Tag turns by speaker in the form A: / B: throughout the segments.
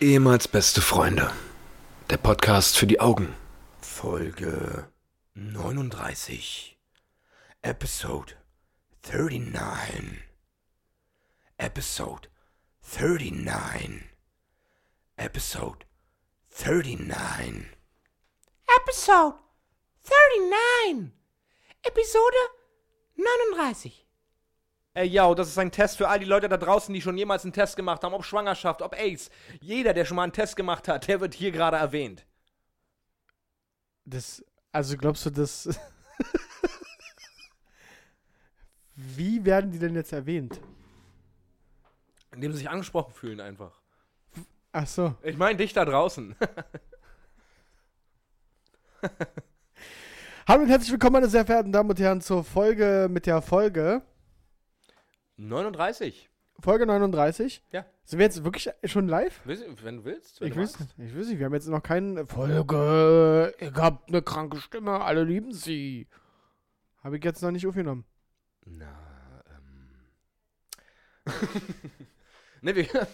A: Ehemals beste Freunde. Der Podcast für die Augen.
B: Folge 39. Episode 39. Episode 39. Episode 39.
C: Episode 39. Episode 39.
D: Ey, yo, das ist ein Test für all die Leute da draußen, die schon jemals einen Test gemacht haben, ob Schwangerschaft, ob AIDS. Jeder, der schon mal einen Test gemacht hat, der wird hier gerade erwähnt.
E: Das, also glaubst du, das. Wie werden die denn jetzt erwähnt?
D: Indem sie sich angesprochen fühlen einfach.
E: Ach so.
D: Ich meine dich da draußen.
E: Hallo und herzlich willkommen, meine sehr verehrten Damen und Herren, zur Folge mit der Folge.
D: 39.
E: Folge 39.
D: Ja.
E: Sind wir jetzt wirklich schon live?
D: Wiss- Wenn du willst. Wenn
E: Ich
D: du
E: weiß,
D: magst.
E: ich weiß nicht, wir haben jetzt noch keine Folge. Ich hab eine kranke Stimme, alle lieben sie. Habe ich jetzt noch nicht aufgenommen.
D: Na, ähm. nee, wir.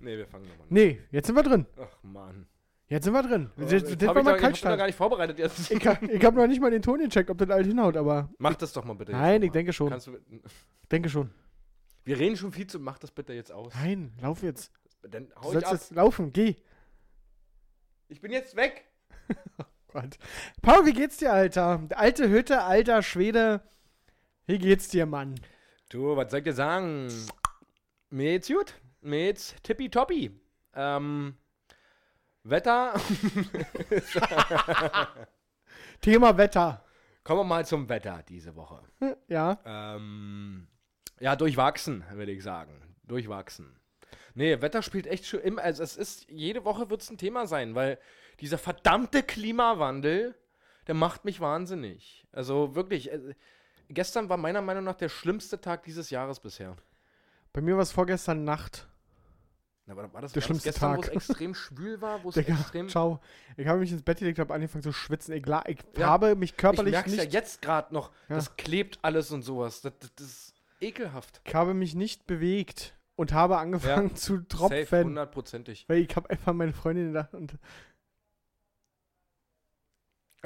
D: nee, wir fangen nochmal an.
E: Nee, jetzt sind wir drin.
D: Ach, Mann.
E: Jetzt sind wir drin. Das, das,
D: Hab Oh, ich, da,
E: war mal
D: ich hab mich da
E: Kaltstart.
D: gar nicht vorbereitet jetzt.
E: Ich, hab- ich habe noch nicht mal den Ton gecheckt, ob das alles hinhaut, aber
D: Mach das doch mal bitte. jetzt
E: Nein, ich
D: nochmal.
E: denke schon.
D: Kannst du,
E: denke schon.
D: wir reden schon viel zu. Mach das bitte jetzt aus.
E: Nein, lauf jetzt.
D: Dann
E: Du
D: hau ich
E: sollst
D: ab.
E: jetzt laufen, geh.
D: Ich bin jetzt weg.
E: Gott. Paul, wie geht's dir, Alter? Alte Hütte, alter Schwede. Wie geht's dir, Mann?
D: Du, was soll ich dir sagen? Mir geht's gut. Mir geht's tippitoppi. Ähm, Wetter.
E: Thema Wetter.
D: Kommen wir mal zum Wetter diese Woche.
E: Ja.
D: Ähm, ja, durchwachsen, würde ich sagen. Durchwachsen. Nee, Wetter spielt echt schon immer. Also, es ist, jede Woche wird's ein Thema sein, weil dieser verdammte Klimawandel, der macht mich wahnsinnig. Also wirklich. Äh, gestern war meiner Meinung nach der schlimmste Tag dieses Jahres bisher.
E: Bei mir war es vorgestern Nacht.
D: Na, war, war das, war
E: Der
D: das
E: schlimmste
D: gestern, wo es
E: Tag.
D: extrem schwül war, wo es
E: Digga,
D: extrem.
E: ciao. Ich habe mich ins Bett gelegt, habe angefangen zu schwitzen. Ich, la- ich
D: Ja,
E: habe mich
D: Ich
E: körperlich
D: merke es
E: nicht.
D: ja jetzt gerade noch.
E: Ja.
D: Das klebt alles und sowas. Das, das, das ist ekelhaft.
E: ich habe mich nicht bewegt und habe angefangen zu
D: Safe,
E: tropfen.
D: hundertprozentig.
E: Weil ich habe einfach meine Freundin da und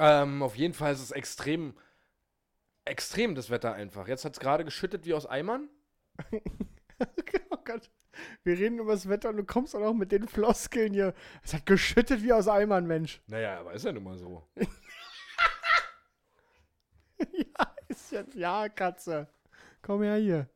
D: Ähm, auf jeden Fall ist es extrem, extrem das Wetter einfach. Jetzt hat es gerade geschüttet wie aus Eimern.
E: oh Gott. Wir reden über das Wetter und du kommst auch noch mit den Floskeln hier. Es hat geschüttet wie aus Eimern, Mensch.
D: Naja, aber ist ja nun mal so.
E: ja, ist jetzt, ja, Katze. Komm her hier.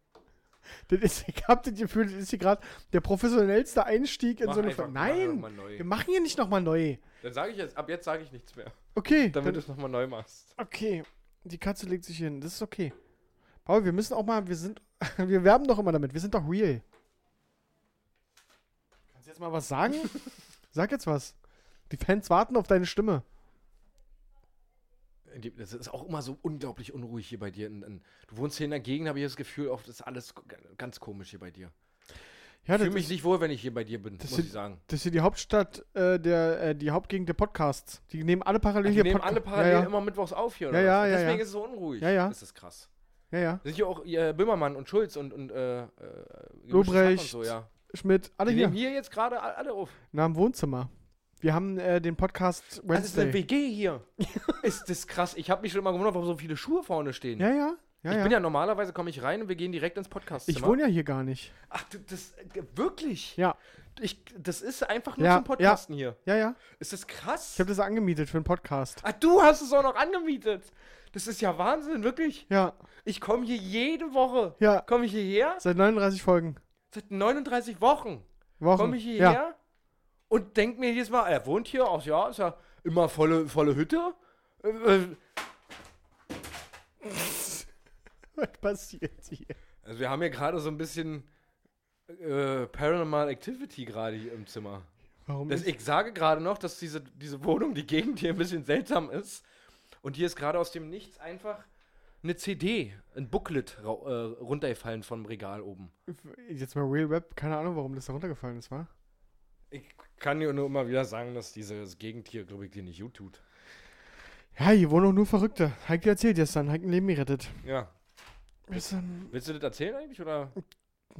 E: Das ist, ich hab das Gefühl, das ist hier gerade der professionellste Einstieg in
D: Mach
E: so eine
D: einfach-
E: Folge.
D: mach einfach
E: Nein,
D: mal neu.
E: wir machen hier nicht nochmal neu.
D: Dann sage ich jetzt, ab jetzt sage ich nichts mehr.
E: Okay,
D: Damit du
E: dann,
D: es nochmal neu machst.
E: okay. Die Katze legt sich hin. Das ist okay. Paul, wir müssen auch mal, wir sind, wir werben doch immer damit. Wir sind doch real. Kannst du jetzt mal was sagen? Sag jetzt was. Die Fans warten auf deine Stimme.
D: Die- Das ist auch immer so unglaublich unruhig hier bei dir. In- in- Du wohnst hier in der Gegend, habe ich das Gefühl, oft ist alles g- ganz komisch hier bei dir.
E: Ja,
D: Ich
E: das,
D: fühle mich
E: ist,
D: nicht wohl, wenn ich hier bei dir bin,
E: Das
D: muss
E: sind-
D: ich sagen.
E: das ist hier die Hauptstadt, äh, der, äh, die Hauptgegend der Podcasts. Die nehmen alle parallel
D: Die
E: hier
D: nehmen
E: Podca-
D: alle parallel
E: ja, ja.
D: immer mittwochs auf hier, oder?
E: Ja,
D: was?
E: ja, ja,
D: Deswegen
E: ja.
D: ist es so unruhig.
E: Ja, ja.
D: Das ist krass.
E: Ja, ja.
D: Sind hier auch äh, Böhmermann und Schulz und, und äh, äh, gemischtes
E: Lobrecht.
D: Hack Und so, ja.
E: Schmidt, alle
D: Die
E: hier.
D: nehmen hier jetzt gerade a- alle auf.
E: Na, im Wohnzimmer. Wir haben äh, den Podcast
D: Also, Das ist eine
E: Wednesday.
D: WG hier. ist das krass. Ich habe mich schon immer gewundert, warum so viele Schuhe vorne stehen.
E: ja, ja. Ja,
D: ich
E: ja.
D: bin ja normalerweise, komme ich rein und wir gehen direkt ins Podcastzimmer.
E: ich wohne ja hier gar nicht.
D: Ach, du, das, äh, wirklich?
E: Ja.
D: Ich, das ist einfach nur
E: Ja,
D: zum Podcasten hier.
E: Ja, ja.
D: Ist das krass?
E: Ich habe das angemietet für einen Podcast.
D: ah, du hast es auch noch angemietet. Das ist ja Wahnsinn, wirklich.
E: Ja,
D: Ich komme hier jede Woche.
E: Ja.
D: Komme ich hierher?
E: seit 39 Folgen.
D: Seit 39 Wochen.
E: Wochen.
D: komme ich hierher
E: Ja.
D: und denke mir jedes Mal, er wohnt hier, auch ja, ist ja immer volle, volle Hütte. Äh, äh,
E: Was passiert hier?
D: Also wir haben hier gerade so ein bisschen äh, Paranormal Activity gerade hier im Zimmer.
E: Warum
D: Das,
E: ist
D: ich sage gerade noch, dass diese, diese Wohnung, die Gegend hier ein bisschen seltsam ist. Und hier ist gerade aus dem Nichts einfach eine CD, ein Booklet rau- äh, runtergefallen vom Regal oben.
E: jetzt mal Real Web? Keine Ahnung, warum das da runtergefallen ist, war?
D: Ich kann dir nur immer wieder sagen, dass diese Gegend hier, glaube ich, dir nicht gut tut.
E: Ja, hier wohnen auch nur Verrückte. Heike erzählt jetzt dann, Heike ein Leben gerettet.
D: Ja.
E: Ist, ähm,
D: Willst du das erzählen eigentlich? Oder?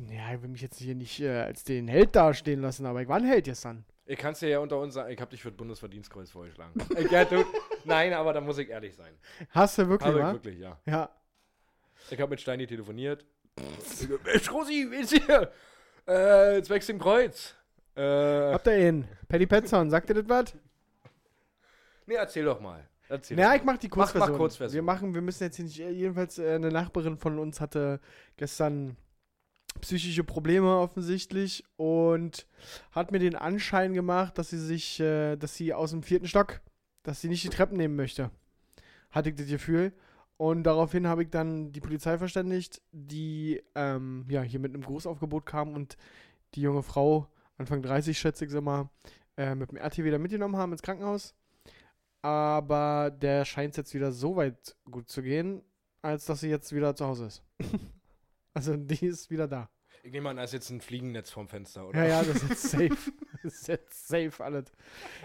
E: Ja, ich will mich jetzt hier nicht äh, als den Held dastehen lassen, aber ich war ein Held gestern.
D: Ich kann es dir ja unter uns sagen, ich habe dich für das Bundesverdienstkreuz vorgeschlagen. ich, ja, du, nein, aber da muss ich ehrlich sein.
E: Hast du wirklich,
D: Aber ich
E: wa?
D: wirklich, ja.
E: Ja.
D: Ich habe mit Steini telefoniert. Mensch, Rosi, wie ist hier? Äh, jetzt wächst im Kreuz. Äh,
E: Habt ihr ihn? Paddy Petson, sagt ihr das was?
D: nee, erzähl doch mal. Erzähl
E: Ja,
D: doch.
E: ich mach die
D: Mach- mach
E: Kurzversion.
D: Kurzversion.
E: Wir machen, wir müssen jetzt hier nicht, jedenfalls äh, eine Nachbarin von uns hatte gestern psychische Probleme offensichtlich und hat mir den Anschein gemacht, dass sie sich, äh, dass sie aus dem vierten Stock, dass sie nicht die Treppen nehmen möchte. Hatte ich das Gefühl. Und daraufhin habe ich dann die Polizei verständigt, die ähm, ja hier mit einem Großaufgebot kam und die junge Frau, Anfang 30 schätze ich sie mal, äh, mit dem RTW da mitgenommen haben ins Krankenhaus. Aber der scheint jetzt wieder so weit gut zu gehen, als dass sie jetzt wieder zu Hause ist. also die ist wieder da.
D: Ich nehme an, da ist jetzt ein Fliegennetz vorm Fenster, oder?
E: Ja, ja, das ist jetzt safe. das ist jetzt safe alles.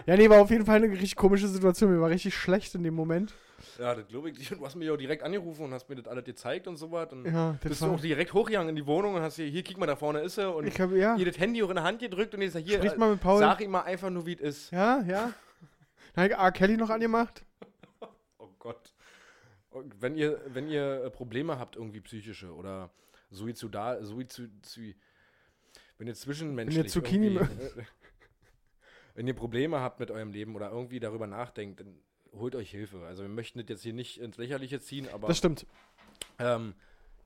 E: Ja, nee, war auf jeden Fall eine richtig komische Situation. Mir war richtig schlecht in dem Moment.
D: Ja, das glaube ich. nicht. Und Du hast mich auch direkt angerufen und hast mir das alles gezeigt und sowas. Und
E: Ja, das
D: bist du
E: war-
D: auch direkt hochgegangen in die Wohnung und hast hier, hier, guck mal, da vorne ist er. Und
E: Ich hab, ja,
D: ihr das Handy auch in der Hand gedrückt und ich sag, hier,
E: Sprich
D: äh,
E: mal mit Paul.
D: sag ihm mal einfach nur, wie es ist.
E: ja, ja. Da hab ich R. Kelly noch angemacht.
D: Oh Gott. Und wenn ihr, wenn ihr äh, Probleme habt, irgendwie psychische oder suizidal, suizid, wenn ihr zwischenmenschlich
E: Wenn ihr Zucchini
D: irgendwie- äh, wenn ihr Probleme habt mit eurem Leben oder irgendwie darüber nachdenkt, dann holt euch Hilfe. Also wir möchten das jetzt hier nicht ins Lächerliche ziehen, aber
E: Das stimmt.
D: ähm,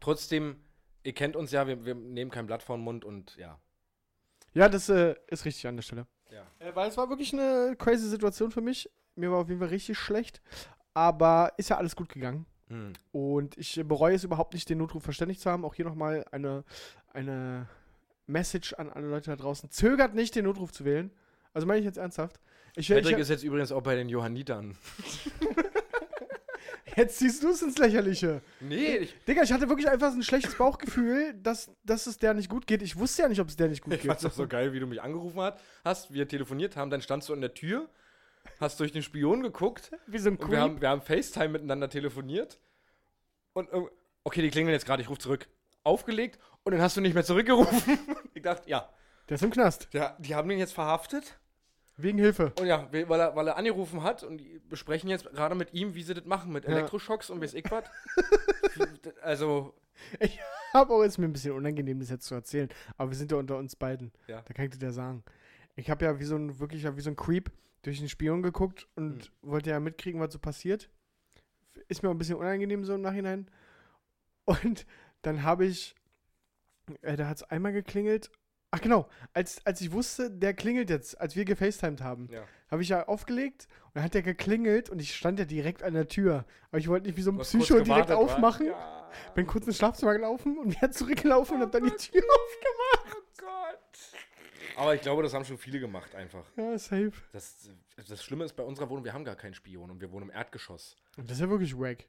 D: trotzdem, ihr kennt uns ja, wir, wir nehmen kein Blatt vor den Mund und ja.
E: Ja, das äh, ist richtig an der Stelle.
D: Ja.
E: Äh, weil es war wirklich eine crazy Situation für mich. Mir war auf jeden Fall richtig schlecht. Aber ist ja alles gut gegangen.
D: Hm.
E: Und ich äh, bereue es überhaupt nicht, den Notruf verständigt zu haben. Auch hier nochmal eine, eine Message an alle Leute da draußen. Zögert nicht, den Notruf zu wählen. Also meine ich jetzt ernsthaft. Ich, ich,
D: Patrick ist jetzt übrigens auch bei den Johannitern.
E: jetzt ziehst du es ins Lächerliche.
D: Nee, ich,
E: Digga, ich hatte wirklich einfach so ein schlechtes Bauchgefühl, dass, dass es der nicht gut geht. Ich wusste ja nicht, ob es der nicht gut
D: Ich fand's
E: geht.
D: auch so geil, wie du mich angerufen hat- hast, wir telefoniert haben, dann standst du an der Tür, hast durch den Spion geguckt
E: Wie so ein
D: und wir haben, wir haben FaceTime miteinander telefoniert und irg- okay, die klingeln jetzt gerade, ich rufe zurück. Aufgelegt und dann hast du nicht mehr zurückgerufen. Ich dachte, ja,
E: Der ist im Knast.
D: ja, die haben den jetzt verhaftet
E: Wegen Hilfe.
D: und ja, weil er, weil er angerufen hat und die besprechen jetzt gerade mit ihm, wie sie das machen, mit Elektroschocks und weiß ich was. also,
E: Aber auch ist mir ein bisschen unangenehm, das jetzt zu erzählen. Aber wir sind ja unter uns beiden.
D: Ja.
E: Da kann ich dir ja sagen. Ich habe ja wie so ein wirklich ja wie so ein Creep durch den Spion geguckt und
D: Mhm.
E: wollte ja mitkriegen, was so passiert. Ist mir auch ein bisschen unangenehm so im Nachhinein. Und dann habe ich, äh, da hat es einmal geklingelt. Ach genau, als, als ich wusste, der klingelt jetzt, als wir gefacetimed haben,
D: Ja.
E: habe ich ja aufgelegt und dann hat der geklingelt und ich stand ja direkt an der Tür. Aber ich wollte nicht wie so ein
D: Du hast
E: Psycho
D: kurz
E: direkt
D: gewartet, wa?
E: aufmachen.
D: Ja. Oh
E: Bin kurz ins Schlafzimmer gelaufen und wieder zurückgelaufen und hab dann die Tür aufgemacht.
D: aber ich glaube, das haben schon viele gemacht einfach.
E: Ja, safe.
D: Das, das Schlimme ist bei unserer Wohnung, wir haben gar keinen Spion und wir wohnen im Erdgeschoss.
E: Und das ist ja wirklich wack.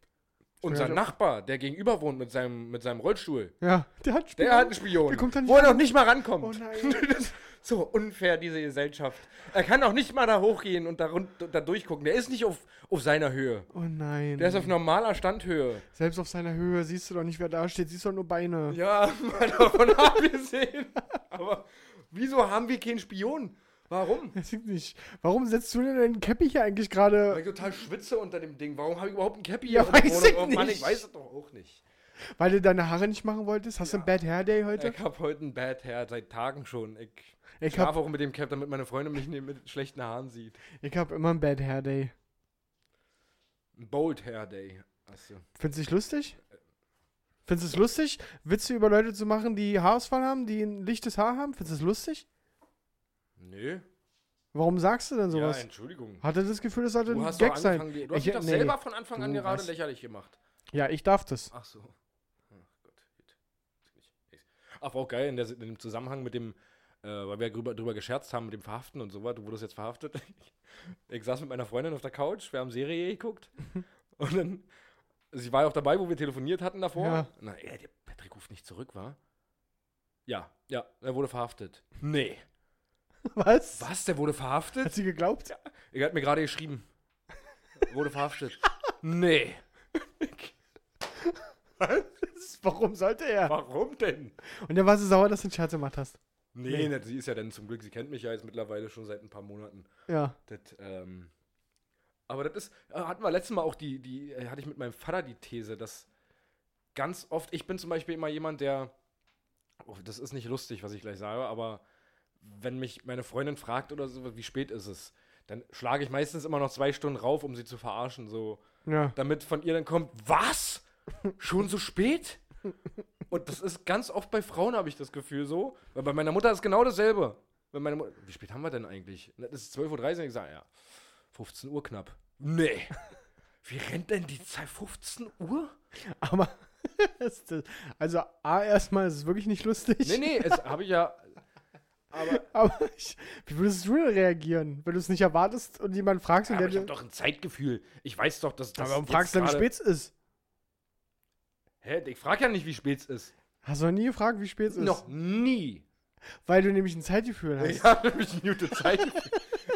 D: Unser
E: ja doch-
D: Nachbar, der gegenüber wohnt mit seinem, mit seinem Rollstuhl,
E: Ja, der hat
D: der
E: Spion.
D: hat einen Spion,
E: Der kommt da nicht
D: wo er
E: ran.
D: noch nicht mal rankommt.
E: Oh nein.
D: Das ist so unfair, diese Gesellschaft. Er kann auch nicht mal da hochgehen und da, rund, da durchgucken. Der ist nicht auf, auf seiner Höhe.
E: Oh nein.
D: Der ist auf normaler Standhöhe.
E: Selbst auf seiner Höhe siehst du doch nicht, wer da steht. Siehst du doch nur Beine.
D: Ja, mal davon abgesehen. Aber wieso haben wir keinen Spion? Warum?
E: Das sieht nicht. Warum setzt du denn deinen Käppi hier eigentlich gerade?
D: Weil ich total schwitze unter dem Ding. Warum habe ich überhaupt ein Cappy?
E: Ja,
D: in der
E: weiß
D: Wohnung?
E: ich
D: oh, Mann, ich
E: nicht.
D: weiß es doch auch nicht.
E: Weil du deine Haare nicht machen wolltest? Hast du einen Bad Hair Day heute?
D: Ich habe heute ein Bad Hair seit Tagen schon. Ich,
E: Ich
D: schlafe
E: hab,
D: auch mit dem Cap, damit meine Freundin mich nicht mit schlechten Haaren sieht.
E: ich hab immer einen Bad Hair Day.
D: Ein Bold Hair Day. Hast du.
E: Findest du dich lustig? Findest du es lustig, Witze über Leute zu machen, die Haarausfall haben, die ein lichtes Haar haben? Findest du es lustig?
D: Nö.
E: Warum sagst du denn sowas?
D: Ja, Entschuldigung.
E: Hatte das Gefühl, es sollte
D: Du
E: ein
D: hast doch
E: Gag
D: angefangen,
E: sein.
D: die, du hast
E: Ich-
D: dich doch
E: nee.
D: selber von Anfang an
E: Du
D: gerade
E: was?
D: lächerlich gemacht.
E: Ja, ich darf das.
D: Ach so. Ach Gott. gut. Aber auch geil, in, der, in dem Zusammenhang mit dem, äh, weil wir drüber, drüber gescherzt haben mit dem Verhaften und so weiter, du wurdest jetzt verhaftet. Ich saß mit meiner Freundin auf der Couch, wir haben Serie geguckt. und dann, sie war ja auch dabei, wo wir telefoniert hatten davor.
E: Ja.
D: Na, ey, der Patrick ruft nicht zurück, war? Ja, ja, er wurde verhaftet. Nee.
E: Was?
D: Was, der wurde verhaftet?
E: Hat sie geglaubt?
D: Er hat mir gerade geschrieben. Wurde verhaftet. nee.
E: Warum sollte er?
D: Warum denn?
E: Und dann war sie sauer, dass du einen Scherz gemacht hast.
D: Nee, nee, sie ist ja dann zum Glück, sie kennt mich ja jetzt mittlerweile schon seit ein paar Monaten.
E: Ja.
D: Das, ähm, aber das ist, äh, hatten wir letztes Mal auch die, die, äh, hatte ich mit meinem Vater die These, dass ganz oft, ich bin zum Beispiel immer jemand, der, oh, das ist nicht lustig, was ich gleich sage, aber wenn mich meine Freundin fragt oder so, wie spät ist es, dann schlage ich meistens immer noch zwei Stunden rauf, um sie zu verarschen, so,
E: Ja.
D: damit von ihr dann kommt, was? Schon so spät? Und das ist ganz oft bei Frauen, habe ich das Gefühl so. Weil bei meiner Mutter ist genau dasselbe. Wenn meine Mutter, wie spät haben wir denn eigentlich? Na, Das ist 12.30 Uhr. Ich sage, ja, 15 Uhr knapp. Nee. Wie rennt denn die Zeit? 15 Uhr?
E: Aber. ist das- also, A, erstmal ist es wirklich nicht lustig.
D: Nee, nee, es habe ich ja.
E: Aber ich, wie würdest du denn reagieren, wenn du es nicht erwartest und jemand fragst und
D: Aber
E: der
D: ich habe
E: dir.
D: doch ein Zeitgefühl. Ich weiß doch, dass das.
E: Aber warum
D: jetzt
E: fragst du dann, wie
D: gerade-
E: spät es ist?
D: Hä? Ich frage ja nicht, wie spät es ist.
E: Hast du noch nie gefragt, wie spät es ist?
D: Noch nie.
E: Weil du nämlich ein Zeitgefühl hast.
D: Ich habe nämlich eine gute Zeit.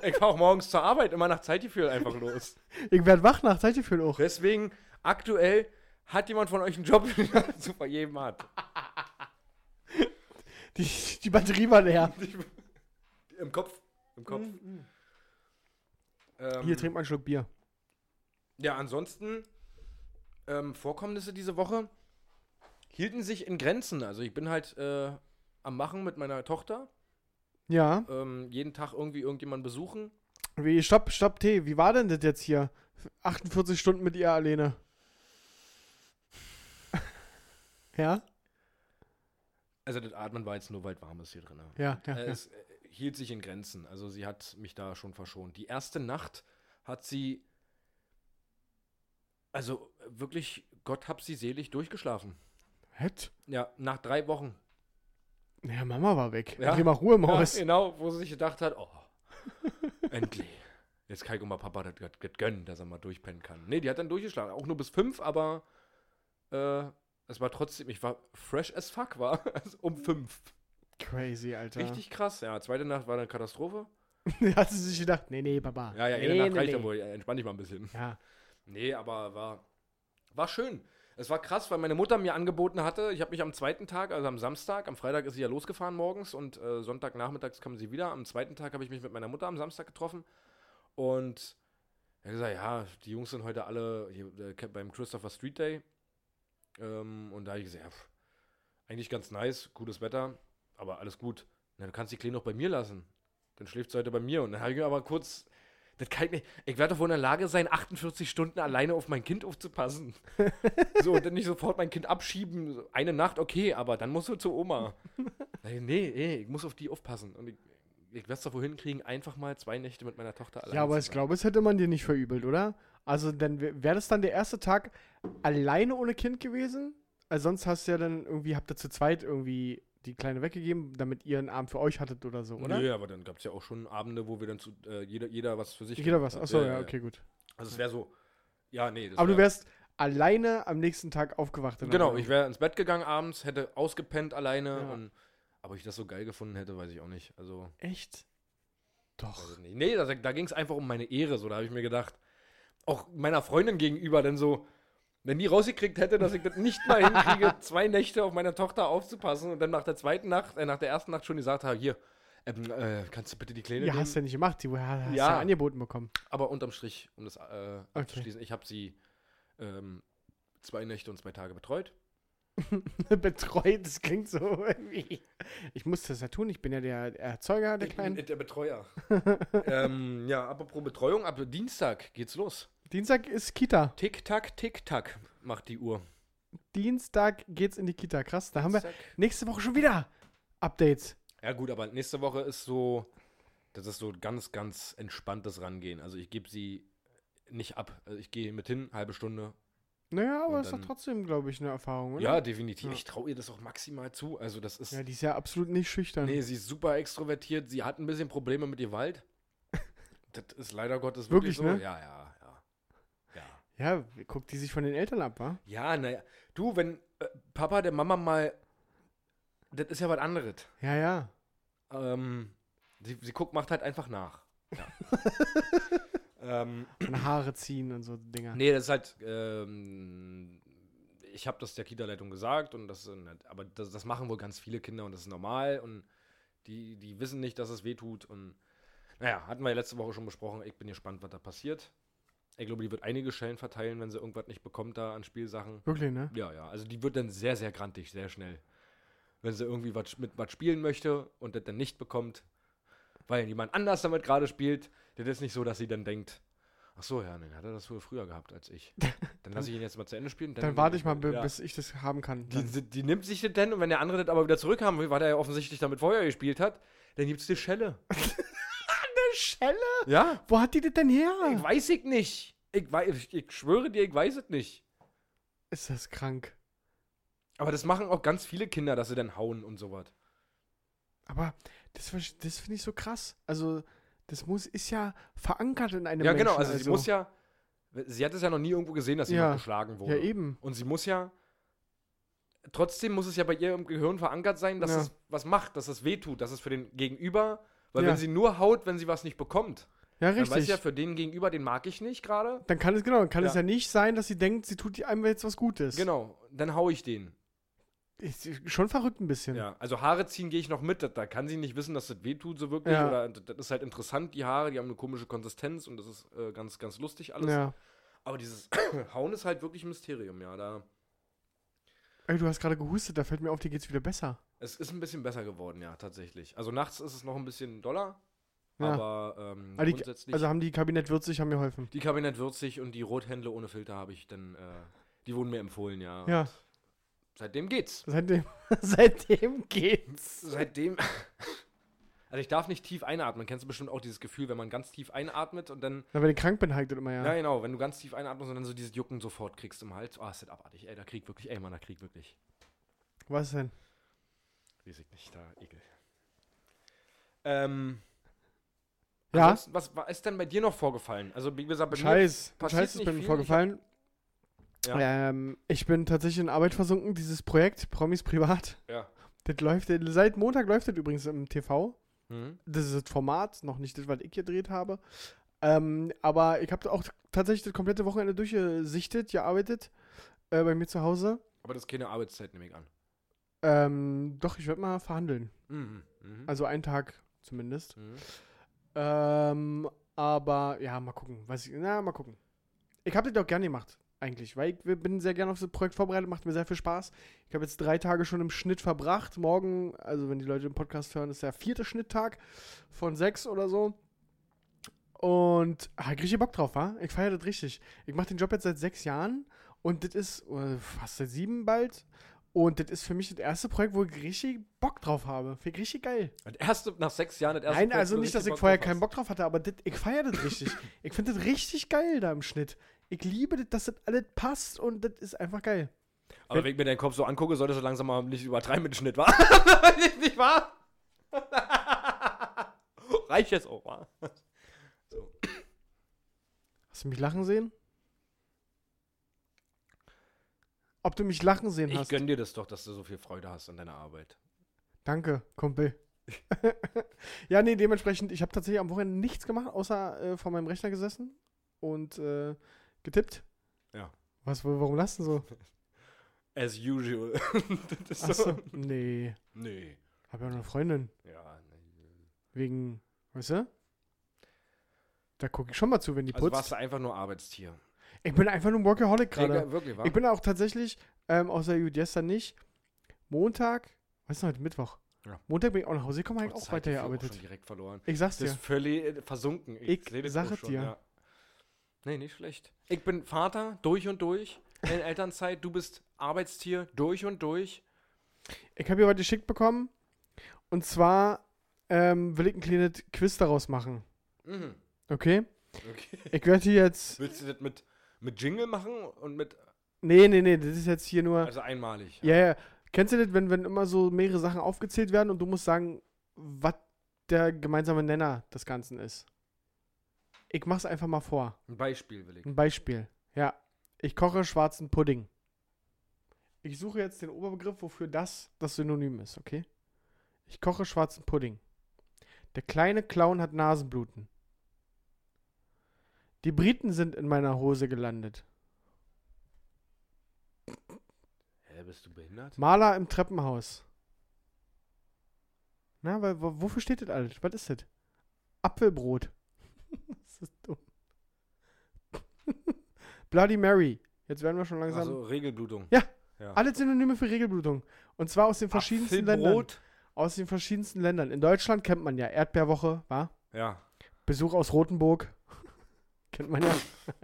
D: ich fahre auch morgens zur Arbeit immer nach Zeitgefühl einfach los.
E: Ich werde wach nach Zeitgefühl auch.
D: Deswegen, aktuell hat jemand von euch einen Job, den er zu vergeben hat.
E: Die, die Batterie war leer.
D: Im Kopf. Im Kopf. Ähm,
E: Hier, trink mal einen Schluck Bier.
D: ja, ansonsten, ähm, Vorkommnisse diese Woche hielten sich in Grenzen. Also ich bin halt äh, am Machen mit meiner Tochter.
E: Ja.
D: Ähm, jeden Tag irgendwie irgendjemanden besuchen.
E: Wie, stopp, stopp, T. Wie war denn das jetzt hier? 48 Stunden mit ihr alleine. ja?
D: Also das Atmen war jetzt nur, weil es warm ist hier drin.
E: Ja, ja.
D: Äh,
E: ja.
D: Es äh, hielt sich in Grenzen. Also sie hat mich da schon verschont. Die erste Nacht hat sie, also äh, wirklich, Gott hab sie selig durchgeschlafen.
E: Hät?
D: Ja, nach drei Wochen.
E: Naja, Mama war weg.
D: Ja.
E: Geh mal Ruhe,
D: Ja,
E: Maus.
D: genau, wo sie sich gedacht hat, oh, endlich. Jetzt kann ich auch mal Papa das das- das gönnen, dass er mal durchpennen kann. Nee, die hat dann durchgeschlafen. Auch nur bis fünf, aber äh, es war trotzdem, ich war fresh as fuck, war also um fünf.
E: Crazy, Alter.
D: Richtig krass. Ja, zweite Nacht war eine Katastrophe.
E: Hat sie sich gedacht, nee, nee, Papa.
D: Ja, ja,
E: nee,
D: eine Nacht
E: nee,
D: reicht ja
E: nee.
D: wohl. Ja, Entspann dich mal ein bisschen.
E: Ja.
D: Nee, aber war, war schön. Es war krass, weil meine Mutter mir angeboten hatte, ich habe mich am zweiten Tag, also am Samstag, am Freitag ist sie ja losgefahren morgens und äh, Sonntagnachmittags kam sie wieder. Am zweiten Tag habe ich mich mit meiner Mutter am Samstag getroffen und er hat gesagt, ja, die Jungs sind heute alle hier, äh, beim Christopher Street Day. Ähm, und da habe ich gesagt, ja, pff, eigentlich ganz nice, gutes Wetter, aber alles gut. Na, du kannst die Kleine noch bei mir lassen. Dann schläft sie heute bei mir. Und dann habe ich mir aber kurz, das kann ich nicht. Ich werde doch wohl in der Lage sein, 48 Stunden alleine auf mein Kind aufzupassen. so, und dann nicht sofort mein Kind abschieben. So, Eine Nacht, okay, aber dann musst du zur Oma. Sag ich, nee, nee, ich muss auf die aufpassen. Und ich, ich werde es doch wohl hinkriegen, einfach mal zwei Nächte mit meiner Tochter alleine
E: Ja, aber
D: zu
E: ich
D: sein.
E: glaube, es hätte man dir nicht verübelt, oder? Also, dann wäre das dann der erste Tag alleine ohne Kind gewesen? Also, sonst hast du ja dann irgendwie, habt ihr zu zweit irgendwie die Kleine weggegeben, damit ihr einen Abend für euch hattet oder so, oder?
D: Nö, aber dann gab es ja auch schon Abende, wo wir dann zu äh, jeder, jeder was für sich.
E: Jeder was.
D: gemacht hat.
E: Achso, ja, okay, gut.
D: Also es wäre so. Ja, nee, das
E: Aber du
D: wär-
E: wärst alleine am nächsten Tag aufgewacht. in der
D: Genau,
E: Morgen.
D: ich wäre ins Bett gegangen abends, hätte ausgepennt alleine
E: Ja.
D: und aber ich das so geil gefunden hätte, weiß ich auch nicht. Also,
E: Echt?
D: weiß
E: Doch.
D: ich nicht. Nee, da, da ging es einfach um meine Ehre, so da habe ich mir gedacht, auch meiner Freundin gegenüber dann so, wenn die rausgekriegt hätte, dass ich das nicht mal hinkriege, zwei Nächte auf meine Tochter aufzupassen und dann nach der zweiten Nacht, äh, nach der ersten Nacht schon gesagt habe, hier, ähm, äh, kannst du bitte die Kleine
E: Ja,
D: nehmen?
E: hast du ja nicht gemacht. Die hast
D: Ja.
E: ja. ja angeboten bekommen.
D: Aber unterm Strich, um das äh, abzuschließen, ich habe sie ähm, zwei Nächte und zwei Tage betreut.
E: Betreut, das klingt so irgendwie. Ich musste das ja tun. Ich bin ja der Erzeuger der
D: Ich bin
E: Kleinen.
D: Äh, der Betreuer. ähm, ja, apropos Betreuung, ab Dienstag geht's los.
E: Dienstag ist Kita.
D: Tick-Tack, Tick-Tack macht die Uhr.
E: Dienstag geht's in die Kita. Krass, da haben wir
D: Zack.
E: nächste Woche schon wieder Updates.
D: Ja gut, aber nächste Woche ist so, das ist so ganz, ganz entspanntes Rangehen. Also ich gebe sie nicht ab. Also ich gehe mit hin, halbe Stunde.
E: Naja, aber
D: Und
E: ist doch
D: dann-
E: trotzdem, glaube ich, eine Erfahrung, oder?
D: Ja, definitiv.
E: Ja.
D: Ich traue ihr das auch maximal zu. Also das ist,
E: Ja, die ist ja absolut nicht schüchtern.
D: nee, sie ist super extrovertiert. Sie hat ein bisschen Probleme mit Gewalt. das ist leider Gottes wirklich,
E: Wirklich,
D: so.
E: ne?
D: Ja, ja, ja. Ja.
E: Ja, guckt die sich von den Eltern ab, wa?
D: Ja, naja. Du, wenn äh, Papa der Mama mal. Das ist ja was anderes.
E: Ja, ja.
D: Ähm, sie, sie guckt, macht halt einfach nach. Ja. ähm,
E: Und Haare ziehen und so Dinger.
D: nee, das ist halt. Ähm, ich habe das der Kita-Leitung gesagt und das, äh, aber das, das machen wohl ganz viele Kinder und das ist normal und die, die wissen nicht, dass es weh tut und naja, hatten wir ja letzte Woche schon besprochen. Ich bin gespannt, was da passiert. Ich glaube, die wird einige Schellen verteilen, wenn sie irgendwas nicht bekommt da an Spielsachen.
E: Wirklich, ne?
D: Ja, ja. Also die wird dann sehr, sehr grantig, sehr schnell. Wenn sie irgendwie was mit was spielen möchte und das dann nicht bekommt, weil jemand anders damit gerade spielt, das ist nicht so, dass sie dann denkt, ach so, ja, dann hat er das wohl früher gehabt als ich. Dann lasse ich ihn jetzt mal zu Ende spielen.
E: Dann warte ich mal, bi-
D: Ja.
E: bis ich das haben kann.
D: Die,
E: Dann,
D: die, die nimmt sich das denn und wenn der andere das aber wieder zurückhaben will, weil der ja offensichtlich damit vorher gespielt hat, dann gibt's die Schelle.
E: eine Schelle?
D: Ja?
E: Wo hat die das denn her?
D: Ich weiß ich nicht. Ich, wei- ich, ich schwöre dir, ich weiß es nicht.
E: Ist das krank.
D: Aber das machen auch ganz viele Kinder, dass sie dann hauen und sowas.
E: Aber das, ver- das finde ich so krass. Also, das muss, ist ja verankert in einem
D: Ja,
E: Menschen.
D: genau, also, sie muss ja. Sie hat es ja noch nie irgendwo gesehen, dass
E: Ja.
D: jemand geschlagen
E: Ja,
D: wurde.
E: eben.
D: Und sie muss ja. Trotzdem muss es ja bei ihr im Gehirn verankert sein, dass
E: Ja.
D: es was macht, dass es wehtut, dass es für den Gegenüber. Weil
E: Ja.
D: wenn sie nur haut, wenn sie was nicht bekommt,
E: Ja,
D: dann weiß
E: richtig.
D: sie ja, für den Gegenüber, den mag ich nicht gerade.
E: dann kann es, genau, dann kann es
D: Ja.
E: ja nicht sein, dass sie denkt, sie tut einem jetzt was Gutes.
D: Genau, dann hau ich den.
E: Ist schon verrückt ein bisschen.
D: Ja, also Haare ziehen gehe ich noch mit. Da- Da kann sie nicht wissen, dass das wehtut so wirklich.
E: Ja.
D: Oder das ist halt interessant, die Haare, die haben eine komische Konsistenz und das ist äh, ganz, ganz lustig alles.
E: Ja.
D: Aber dieses Hauen ist halt wirklich ein Mysterium, ja. Da,
E: Ey, du hast gerade gehustet, da fällt mir auf, dir geht's wieder besser.
D: Es ist ein bisschen besser geworden, ja, tatsächlich. Also nachts ist es noch ein bisschen doller,
E: Ja.
D: aber ähm,
E: Ah, die-
D: grundsätzlich.
E: Also haben die Kabinett Würzig haben mir geholfen.
D: die Kabinett würzig und die Rothändler ohne Filter habe ich dann, äh, die wurden mir empfohlen, ja.
E: Ja,
D: Seitdem geht's.
E: seitdem, seitdem geht's.
D: Seitdem. Also ich darf nicht tief einatmen. Kennst du bestimmt auch dieses Gefühl, wenn man ganz tief einatmet und dann.
E: Na, wenn ich krank bin, halt das immer, ja.
D: Ja, genau, wenn du ganz tief einatmest und dann so dieses Jucken sofort kriegst im Hals. Ah, ist das abartig. Ey, da krieg wirklich, ey, Mann, da krieg wirklich.
E: Was denn?
D: Weiß ich nicht, da Ekel. Ähm.
E: Ja?
D: Ansonsten, was, was ist denn bei dir noch vorgefallen? Also, wie gesagt, bei
E: Scheiß.
D: passiert
E: Scheiß ist
D: nicht
E: mir
D: viel.
E: vorgefallen.
D: Ich hab-
E: Ähm, ich bin tatsächlich in Arbeit versunken, dieses Projekt, Promis privat.
D: mir. Ja.
E: Das läuft, seit Montag läuft das übrigens im TV.
D: Mhm.
E: Das ist das Format, noch nicht das, was ich gedreht habe. Ähm, aber ich habe auch tatsächlich das komplette Wochenende durchgesichtet, gearbeitet, äh, bei mir zu Hause.
D: Aber das ist keine Arbeitszeit, nehme ich an.
E: Ähm, doch, ich werde mal verhandeln.
D: Mhm. Mhm.
E: Also einen Tag zumindest.
D: Mhm.
E: Ähm, aber ja, mal gucken. Weiß ich, na, mal gucken. Ich habe das auch gerne gemacht, eigentlich, weil ich bin sehr gerne auf das Projekt vorbereitet, macht mir sehr viel Spaß. Ich habe jetzt drei Tage schon im Schnitt verbracht. Morgen, also wenn die Leute den Podcast hören, ist der vierte Schnitttag von sechs oder so. Und ah, ich richtig Bock drauf, wa? Ich feiere das richtig. Ich mache den Job jetzt seit sechs Jahren und das ist äh, fast seit sieben bald. Und das ist für mich das erste Projekt, wo ich richtig Bock drauf habe. Finde ich richtig geil.
D: Das erste, nach sechs Jahren, das erste
E: Nein,
D: Projekt,
E: also
D: wo du
E: nicht, dass
D: richtig
E: ich vorher
D: drauf
E: keinen
D: hast.
E: Bock drauf hatte, aber dit, ich feiere das richtig. ich finde das richtig geil da im Schnitt. Ich liebe das, dass das alles passt und das ist einfach geil.
D: Aber wenn ich mir deinen Kopf so angucke, solltest du langsam mal nicht übertreiben mit dem Schnitt, wa? nicht, nicht wahr? Reicht jetzt auch, wa?
E: Hast du mich lachen sehen? Ob du mich lachen sehen
D: Ich
E: hast?
D: gönn dir das doch, dass du so viel Freude hast an deiner Arbeit.
E: Danke, Kumpel. ja, nee, dementsprechend, ich habe tatsächlich am Wochenende nichts gemacht, außer äh, vor meinem Rechner gesessen und äh, getippt.
D: Ja.
E: Was, warum lassen so?
D: As usual. das
E: Ach
D: ist so.
E: so. Nee,
D: Nee.
E: hab ja noch eine Freundin.
D: Ja, nee.
E: Wegen, weißt du? Da gucke ich schon mal zu, wenn die
D: Also warst
E: putzt.
D: du einfach nur Arbeitstier.
E: Ich bin einfach nur ein Workaholic gerade.
D: Ja, wirklich, wa?
E: Ich bin auch tatsächlich, ähm, außer gut, gestern nicht, Montag, was ist denn heute Mittwoch?
D: Ja.
E: Montag bin ich auch nach Hause gekommen, habe ich
D: Oh,
E: auch
D: Zeit, die Führung Schon
E: weitergearbeitet.
D: direkt verloren.
E: Ich sag's
D: Das ist
E: dir.
D: völlig äh, versunken.
E: Ich
D: seh das
E: sag
D: auch
E: es dir.
D: Nee, nicht schlecht. Ich bin Vater durch und durch in Elternzeit. Du bist Arbeitstier durch und durch.
E: Ich habe hier heute geschickt bekommen. Und zwar ähm, will ich ein kleines Quiz daraus machen.
D: Mhm.
E: Okay?
D: Okay.
E: Ich werde hier jetzt.
D: Willst du das mit, mit Jingle machen und mit
E: Nee, nee, nee, das ist jetzt hier nur.
D: also einmalig?
E: Ja, ja. Kennst du das, wenn, wenn immer so mehrere Sachen aufgezählt werden und du musst sagen, was der gemeinsame Nenner des Ganzen ist? Ich mach's einfach mal vor.
D: Ein Beispiel will ich.
E: Ein Beispiel. Ja. Ich koche schwarzen Pudding. Ich suche jetzt den Oberbegriff, wofür das das Synonym ist, okay? Ich koche schwarzen Pudding. Der kleine Clown hat Nasenbluten. Die Briten sind in meiner Hose gelandet.
D: bist du behindert?
E: Maler im Treppenhaus. Na, weil, wo- wofür steht das alles? Was ist das? Apfelbrot. das ist dumm. Bloody Mary. Jetzt werden wir schon langsam.
D: Also Regelblutung.
E: Ja.
D: ja.
E: Alle Synonyme für Regelblutung. Und zwar aus den verschiedensten Ländern.
D: Apfelbrot.
E: Aus den verschiedensten Ländern. In Deutschland kennt man ja Erdbeerwoche, war?
D: Ja.
E: Besuch aus Rothenburg. kennt man ja.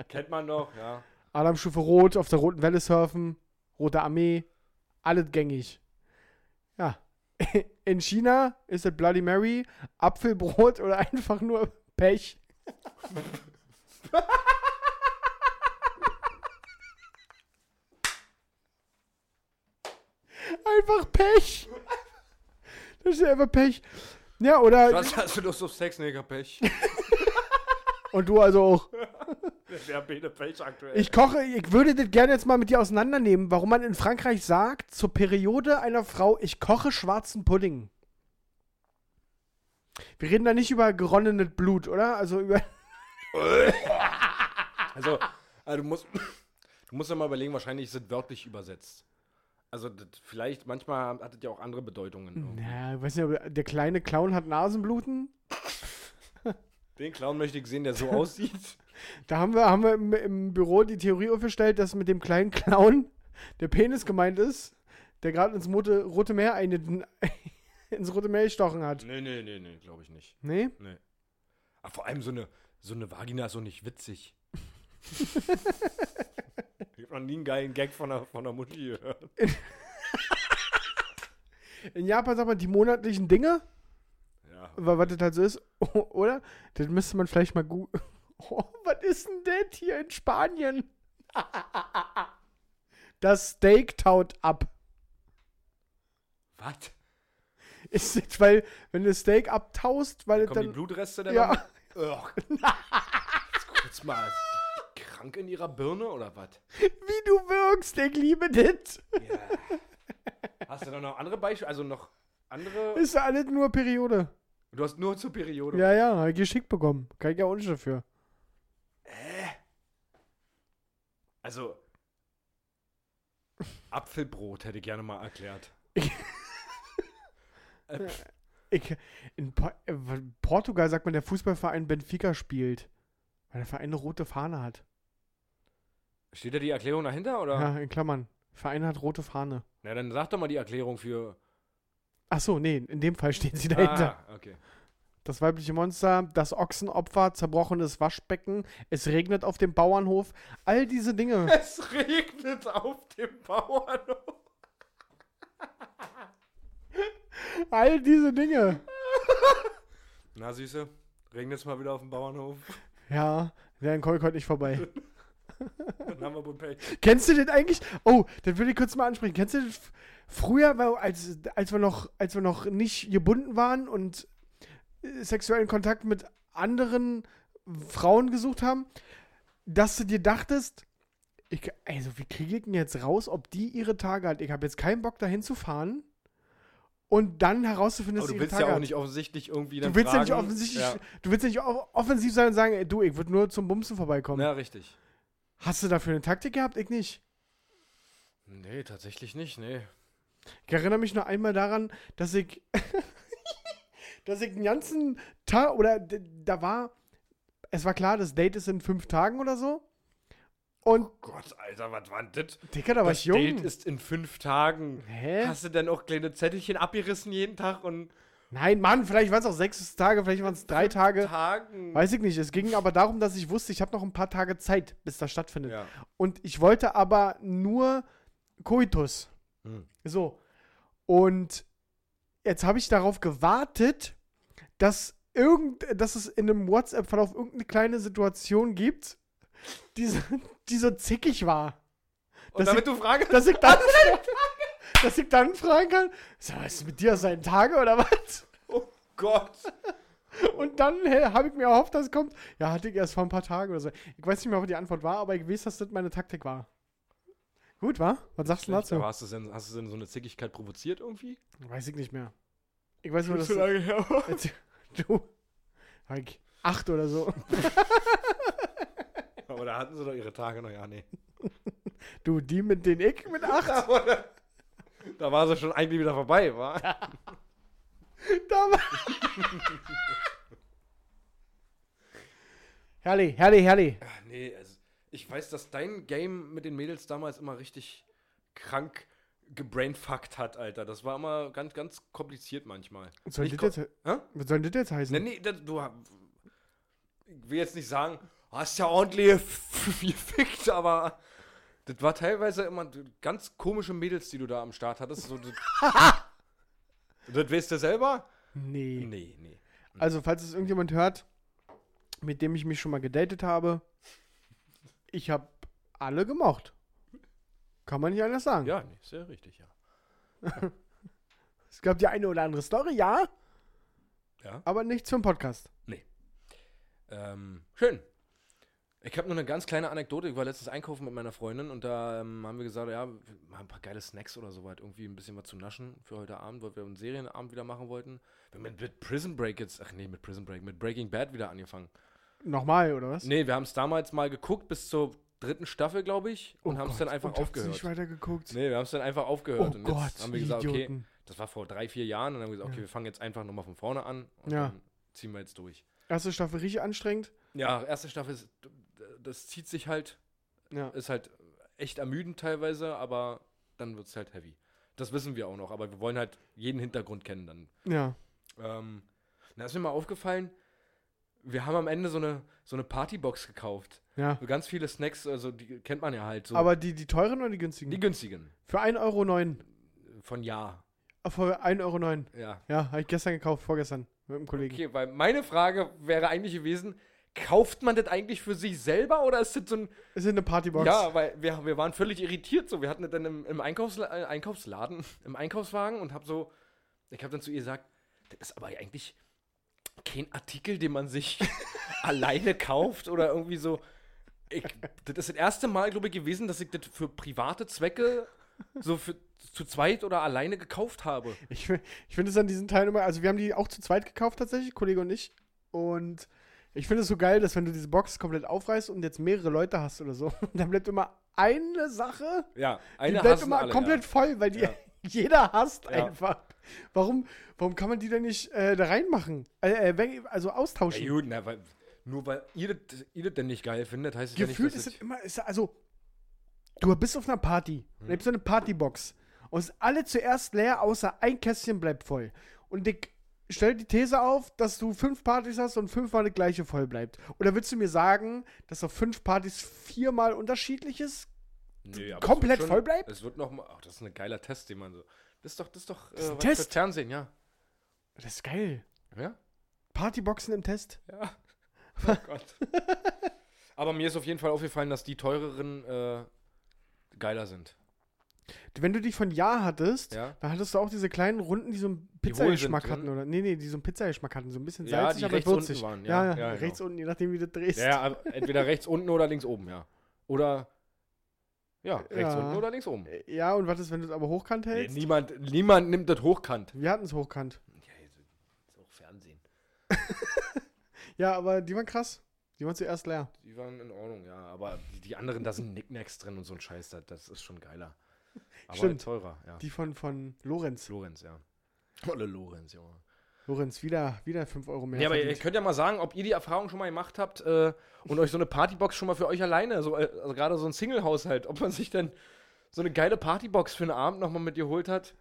D: Kennt man doch, ja.
E: Alarmstufe Rot, auf der Roten Welle surfen, Rote Armee, alles gängig. Ja. In China ist es Bloody Mary, Apfelbrot oder einfach nur Pech. einfach Pech. Das ist ja einfach Pech. Ja, oder.
D: Was hast du Lust auf Sex, Neger Pech?
E: Und du also auch.
D: Wer bete Pech aktuell?
E: Ich koche, ich würde das gerne jetzt mal mit dir auseinandernehmen, warum man in Frankreich sagt, zur Periode einer Frau, ich koche schwarzen Pudding. Wir reden da nicht über geronnenes Blut, oder? Also über.
D: Also, also du musst, du musst ja mal überlegen, wahrscheinlich ist es wörtlich übersetzt. Also, das, vielleicht, manchmal hat es ja auch andere Bedeutungen. irgendwie.
E: Na, ich weiß nicht, ob der kleine Clown hat Nasenbluten.
D: Den Clown möchte ich sehen, der so aussieht.
E: Da haben wir, haben wir im, im Büro die Theorie aufgestellt, dass mit dem kleinen Clown der Penis gemeint ist, der gerade ins Mote, Rote Meer einen, ins Rote Meer gestochen hat.
D: nee, nee, nee, nee, glaube ich nicht.
E: Nee?
D: Aber Ah, vor allem so eine, so eine Vagina ist so nicht witzig. ich habe noch nie einen geilen Gag von der, von der Mutti gehört.
E: In Japan sagt man die monatlichen Dinge.
D: Ja.
E: Wa- was das halt so ist, O- oder? Das müsste man vielleicht mal gut. Oh, was ist denn das hier in Spanien? Das Steak taut ab.
D: Was?
E: Ist das, weil, wenn du das Steak abtaust, weil es
D: Kommen die
E: dann.
D: Blutreste dann?
E: Ja,
D: Ugh. Jetzt kurz mal. Sind die krank in ihrer Birne oder was?
E: wie du wirkst, ich liebe das.
D: Hast du da noch andere Beispiele? Also noch andere.
E: Ist ja alles nur Periode.
D: Du hast nur zur Periode.
E: Ja, ja, hab ich geschickt bekommen. Kann ich ja auch nicht dafür.
D: Also. Apfelbrot hätte ich gerne mal erklärt. äh, pff,
E: Ich, in po äh, in Portugal sagt man, der Fußballverein Benfica spielt. Weil der Verein eine rote Fahne hat.
D: steht da die Erklärung dahinter oder?
E: Ja, in Klammern. Verein hat rote Fahne.
D: Na, dann sag doch mal die Erklärung für.
E: Ach so, nee, in dem Fall stehen sie dahinter.
D: Ah, okay.
E: Das weibliche Monster, das Ochsenopfer, zerbrochenes Waschbecken, es regnet auf dem Bauernhof, all diese Dinge.
D: Es regnet auf dem Bauernhof.
E: all diese Dinge.
D: Na, Süße, regnet's mal wieder auf dem Bauernhof.
E: Ja, dann komme ich heute nicht vorbei.
D: Dann haben wir wohl Pech.
E: Kennst du den eigentlich? Oh, das will ich kurz mal ansprechen. Kennst du den f- früher, weil- als, als, wir noch, als wir noch nicht gebunden waren und äh, sexuellen Kontakt mit anderen Frauen gesucht haben, dass du dir dachtest, ich, also wie kriege ich denn jetzt raus, ob die ihre Tage hat? Ich habe jetzt keinen Bock, dahin zu fahren und dann herauszufinden,
D: Aber
E: dass sie
D: du
E: ihre
D: willst
E: Tage
D: ja auch
E: hat.
D: nicht offensichtlich irgendwie dann
E: Du willst ja nicht
D: fragen.
E: offensichtlich,
D: Ja.
E: du willst ja nicht off- offensiv sein und sagen, ey, du, ich würde nur zum Bumsen vorbeikommen.
D: Na, richtig.
E: Hast du dafür eine Taktik gehabt? Ich nicht.
D: Nee, tatsächlich nicht, nee.
E: Ich erinnere mich noch einmal daran, dass ich, dass ich den ganzen Tag, oder d- da war, es war klar, das Date ist in fünf Tagen oder so. Und,
D: Oh Gott, Alter, was war denn das?
E: Dicker, da war ich
D: das
E: jung.
D: Date ist in fünf Tagen.
E: Hä?
D: Hast du denn auch kleine Zettelchen abgerissen jeden Tag und
E: Nein, Mann, vielleicht waren es auch sechs Tage, vielleicht waren es drei Tage.
D: Tagen?
E: Weiß ich nicht. Es ging aber darum, dass ich wusste, ich habe noch ein paar Tage Zeit, bis das stattfindet.
D: Ja.
E: Und ich wollte aber nur Koitus.
D: Hm.
E: So. Und jetzt habe ich darauf gewartet, dass, irgend, dass es in einem WhatsApp-Verlauf irgendeine kleine Situation gibt, die, so- die so zickig war.
D: Und
E: dass
D: damit
E: ich-
D: du fragst,
E: Dass ich dann, dass ich dann fragen kann, sag, mal, was ist mit dir aus seinen Tage oder was?
D: oh Gott.
E: Und dann hä, habe ich mir erhofft, dass es kommt. Ja, hatte ich erst vor ein paar Tagen oder so. Ich weiß nicht mehr, ob die Antwort war, aber ich weiß, dass das meine Taktik war. Gut, war? Was sagst du dazu?
D: Aber hast du denn, hast du denn so eine Zickigkeit provoziert irgendwie?
E: Weiß ich nicht mehr. Ich weiß nur,
D: Schon
E: dass.
D: so lange her.
E: Jetzt, du. Like, acht oder so.
D: Aber da hatten sie doch ihre Tage noch, ja, nee.
E: Du, die mit den ich mit acht.
D: Aber da, Da war sie schon eigentlich wieder vorbei, war?
E: Da war herrlich, herrlich, herrlich.
D: Nee, also ich weiß, dass dein Game mit den Mädels damals immer richtig krank gebrainfuckt hat, Alter. Das war immer ganz, ganz kompliziert manchmal.
E: Was soll,
D: Nicht
E: das
D: ko-
E: jetzt,
D: Hä?
E: was soll das jetzt heißen?
D: Nee, nee, das, du. Ich will jetzt nicht sagen, hast ja ordentlich gef- gefickt, aber. Das war teilweise immer ganz komische Mädels, die du da am Start hattest. So, das, das weißt du selber?
E: Nee.
D: Nee, nee.
E: Also, falls es irgendjemand hört, mit dem ich mich schon mal gedatet habe, ich habe alle gemocht. Kann man nicht anders sagen.
D: Ja, nee, ist ja richtig, ja.
E: Es gab die eine oder andere Story, ja.
D: Ja.
E: Aber nicht zum Podcast.
D: Ähm, schön. Ich habe nur eine ganz kleine Anekdote. Ich war letztens einkaufen mit meiner Freundin und da ähm, haben wir gesagt, ja, wir machen ein paar geile Snacks oder so weit. Irgendwie ein bisschen was zu naschen für heute Abend, weil wir einen Serienabend wieder machen wollten. Wir haben mit, mit Prison Break jetzt, ach nee, mit Prison Break, mit Breaking Bad wieder angefangen.
E: Nochmal, oder was?
D: Nee, wir haben es damals mal geguckt bis zur dritten Staffel, glaube ich, und
E: Oh
D: haben es
E: Gott,
D: dann einfach
E: und hab's
D: aufgehört.
E: nicht weitergeguckt.
D: Nee, wir haben es dann einfach
E: Oh
D: aufgehört. und jetzt
E: Gott,
D: haben wir gesagt, okay,
E: Idioten.
D: das war vor drei, vier Jahren. Und dann haben wir gesagt, okay,
E: Ja.
D: wir fangen jetzt einfach nochmal von vorne an und
E: Ja.
D: dann ziehen wir jetzt durch.
E: Erste Staffel richtig anstrengend.
D: Ja, erste Staffel, ist, das zieht sich halt,
E: Ja.
D: ist halt echt ermüdend teilweise, aber dann wird es halt heavy. Das wissen wir auch noch, aber wir wollen halt jeden Hintergrund kennen dann.
E: Ja.
D: Ähm, da ist mir mal aufgefallen, wir haben am Ende so eine, so eine Partybox gekauft.
E: Ja.
D: Ganz viele Snacks, also die kennt man ja halt so.
E: Aber die, die teuren oder die günstigen?
D: die günstigen.
E: Für 1,09 Euro.
D: Von ja.
E: Ah, Für 1,09 Euro.
D: Ja.
E: Ja, habe ich gestern gekauft, vorgestern. Mit einem Kollegen.
D: Okay, weil meine Frage wäre eigentlich gewesen, kauft man das eigentlich für sich selber oder ist das so ein
E: Ist in eine Partybox.
D: Ja, weil wir, wir waren völlig irritiert. So, wir hatten das dann im, im Einkaufsla äh, Einkaufsladen, im Einkaufswagen und hab so, ich habe dann zu ihr gesagt, das ist aber eigentlich kein Artikel, den man sich alleine kauft oder irgendwie so. Ich, das ist das erste Mal, glaube ich, gewesen, dass ich das für private Zwecke so für, zu zweit oder alleine gekauft habe.
E: Ich, fi- ich finde es an diesen Teilen immer, also wir haben die auch zu zweit gekauft tatsächlich, Kollege und ich. Und ich finde es so geil, dass wenn du diese Box komplett aufreißt und jetzt mehrere Leute hast oder so, dann bleibt immer eine Sache,
D: Ja,
E: die
D: eine
E: bleibt
D: hassen
E: immer
D: alle,
E: komplett
D: ja.
E: voll, weil die
D: Ja.
E: jeder hasst
D: Ja.
E: einfach. Warum, warum kann man die denn nicht äh, da reinmachen? Äh, äh, wenn- also austauschen.
D: Ja, gut, na, weil, nur weil ihr das, ihr das denn nicht geil findet, heißt es ja nicht,
E: Gefühlt
D: dass
E: ist es
D: ich-
E: immer, ist, also, du bist auf einer Party,
D: Hm.
E: da gibt so eine Partybox und es ist alle zuerst leer, außer ein Kästchen bleibt voll. Und ich stell die These auf, dass du fünf Partys hast und fünfmal das gleiche voll bleibt. Oder willst du mir sagen, dass auf fünf Partys viermal unterschiedlich ist?
D: Nee, aber es
E: komplett
D: wird
E: voll bleibt?
D: Es wird noch mal, ach, das ist ein geiler Test, den man so. Das ist doch, das ist doch äh,
E: ist
D: was
E: ein
D: für
E: Test.
D: Fernsehen, ja.
E: Das ist geil.
D: Ja?
E: Partyboxen im Test?
D: Ja. Oh Gott. Aber mir ist auf jeden Fall aufgefallen, dass die teureren äh, geiler sind.
E: Wenn du dich von Ja hattest,
D: Ja.
E: dann hattest du auch diese kleinen Runden, die so einen Pizzageschmack
D: hohl sind
E: hatten.
D: drin.
E: Oder, nee, nee, die so einen Pizzageschmack hatten. So ein bisschen
D: Ja,
E: salzig,
D: die
E: aber
D: rechts unten
E: würzig.
D: waren,
E: Ja,
D: ja.
E: ja,
D: Ja, genau.
E: rechts unten, je nachdem, wie du drehst.
D: Ja, aber entweder rechts unten oder links oben, ja. Oder ja, rechts
E: Ja.
D: unten oder links oben.
E: Äh, Ja, und was ist, wenn du es aber hochkant
D: Nee,
E: hältst?
D: niemand, niemand nimmt das hochkant.
E: Wir hatten es hochkant.
D: ist auch Fernsehen.
E: Ja, aber die waren krass. Die waren zuerst leer.
D: Die waren in Ordnung, ja. Aber die, die anderen, da sind Nicknacks drin und so ein Scheiß, das, das ist schon geiler. Aber
E: Stimmt.
D: teurer, ja.
E: Die von, von Lorenz.
D: Lorenz, ja. Olle Lorenz, Junge.
E: Lorenz, wieder, wieder 5 Euro mehr.
D: Ja, aber ihr
E: verdient.
D: könnt ja mal sagen, ob ihr die Erfahrung schon mal gemacht habt äh, und euch so eine Partybox schon mal für euch alleine, so, äh, also gerade so ein Single-Haushalt, ob man sich denn so eine geile Partybox für einen Abend nochmal mit geholt hat,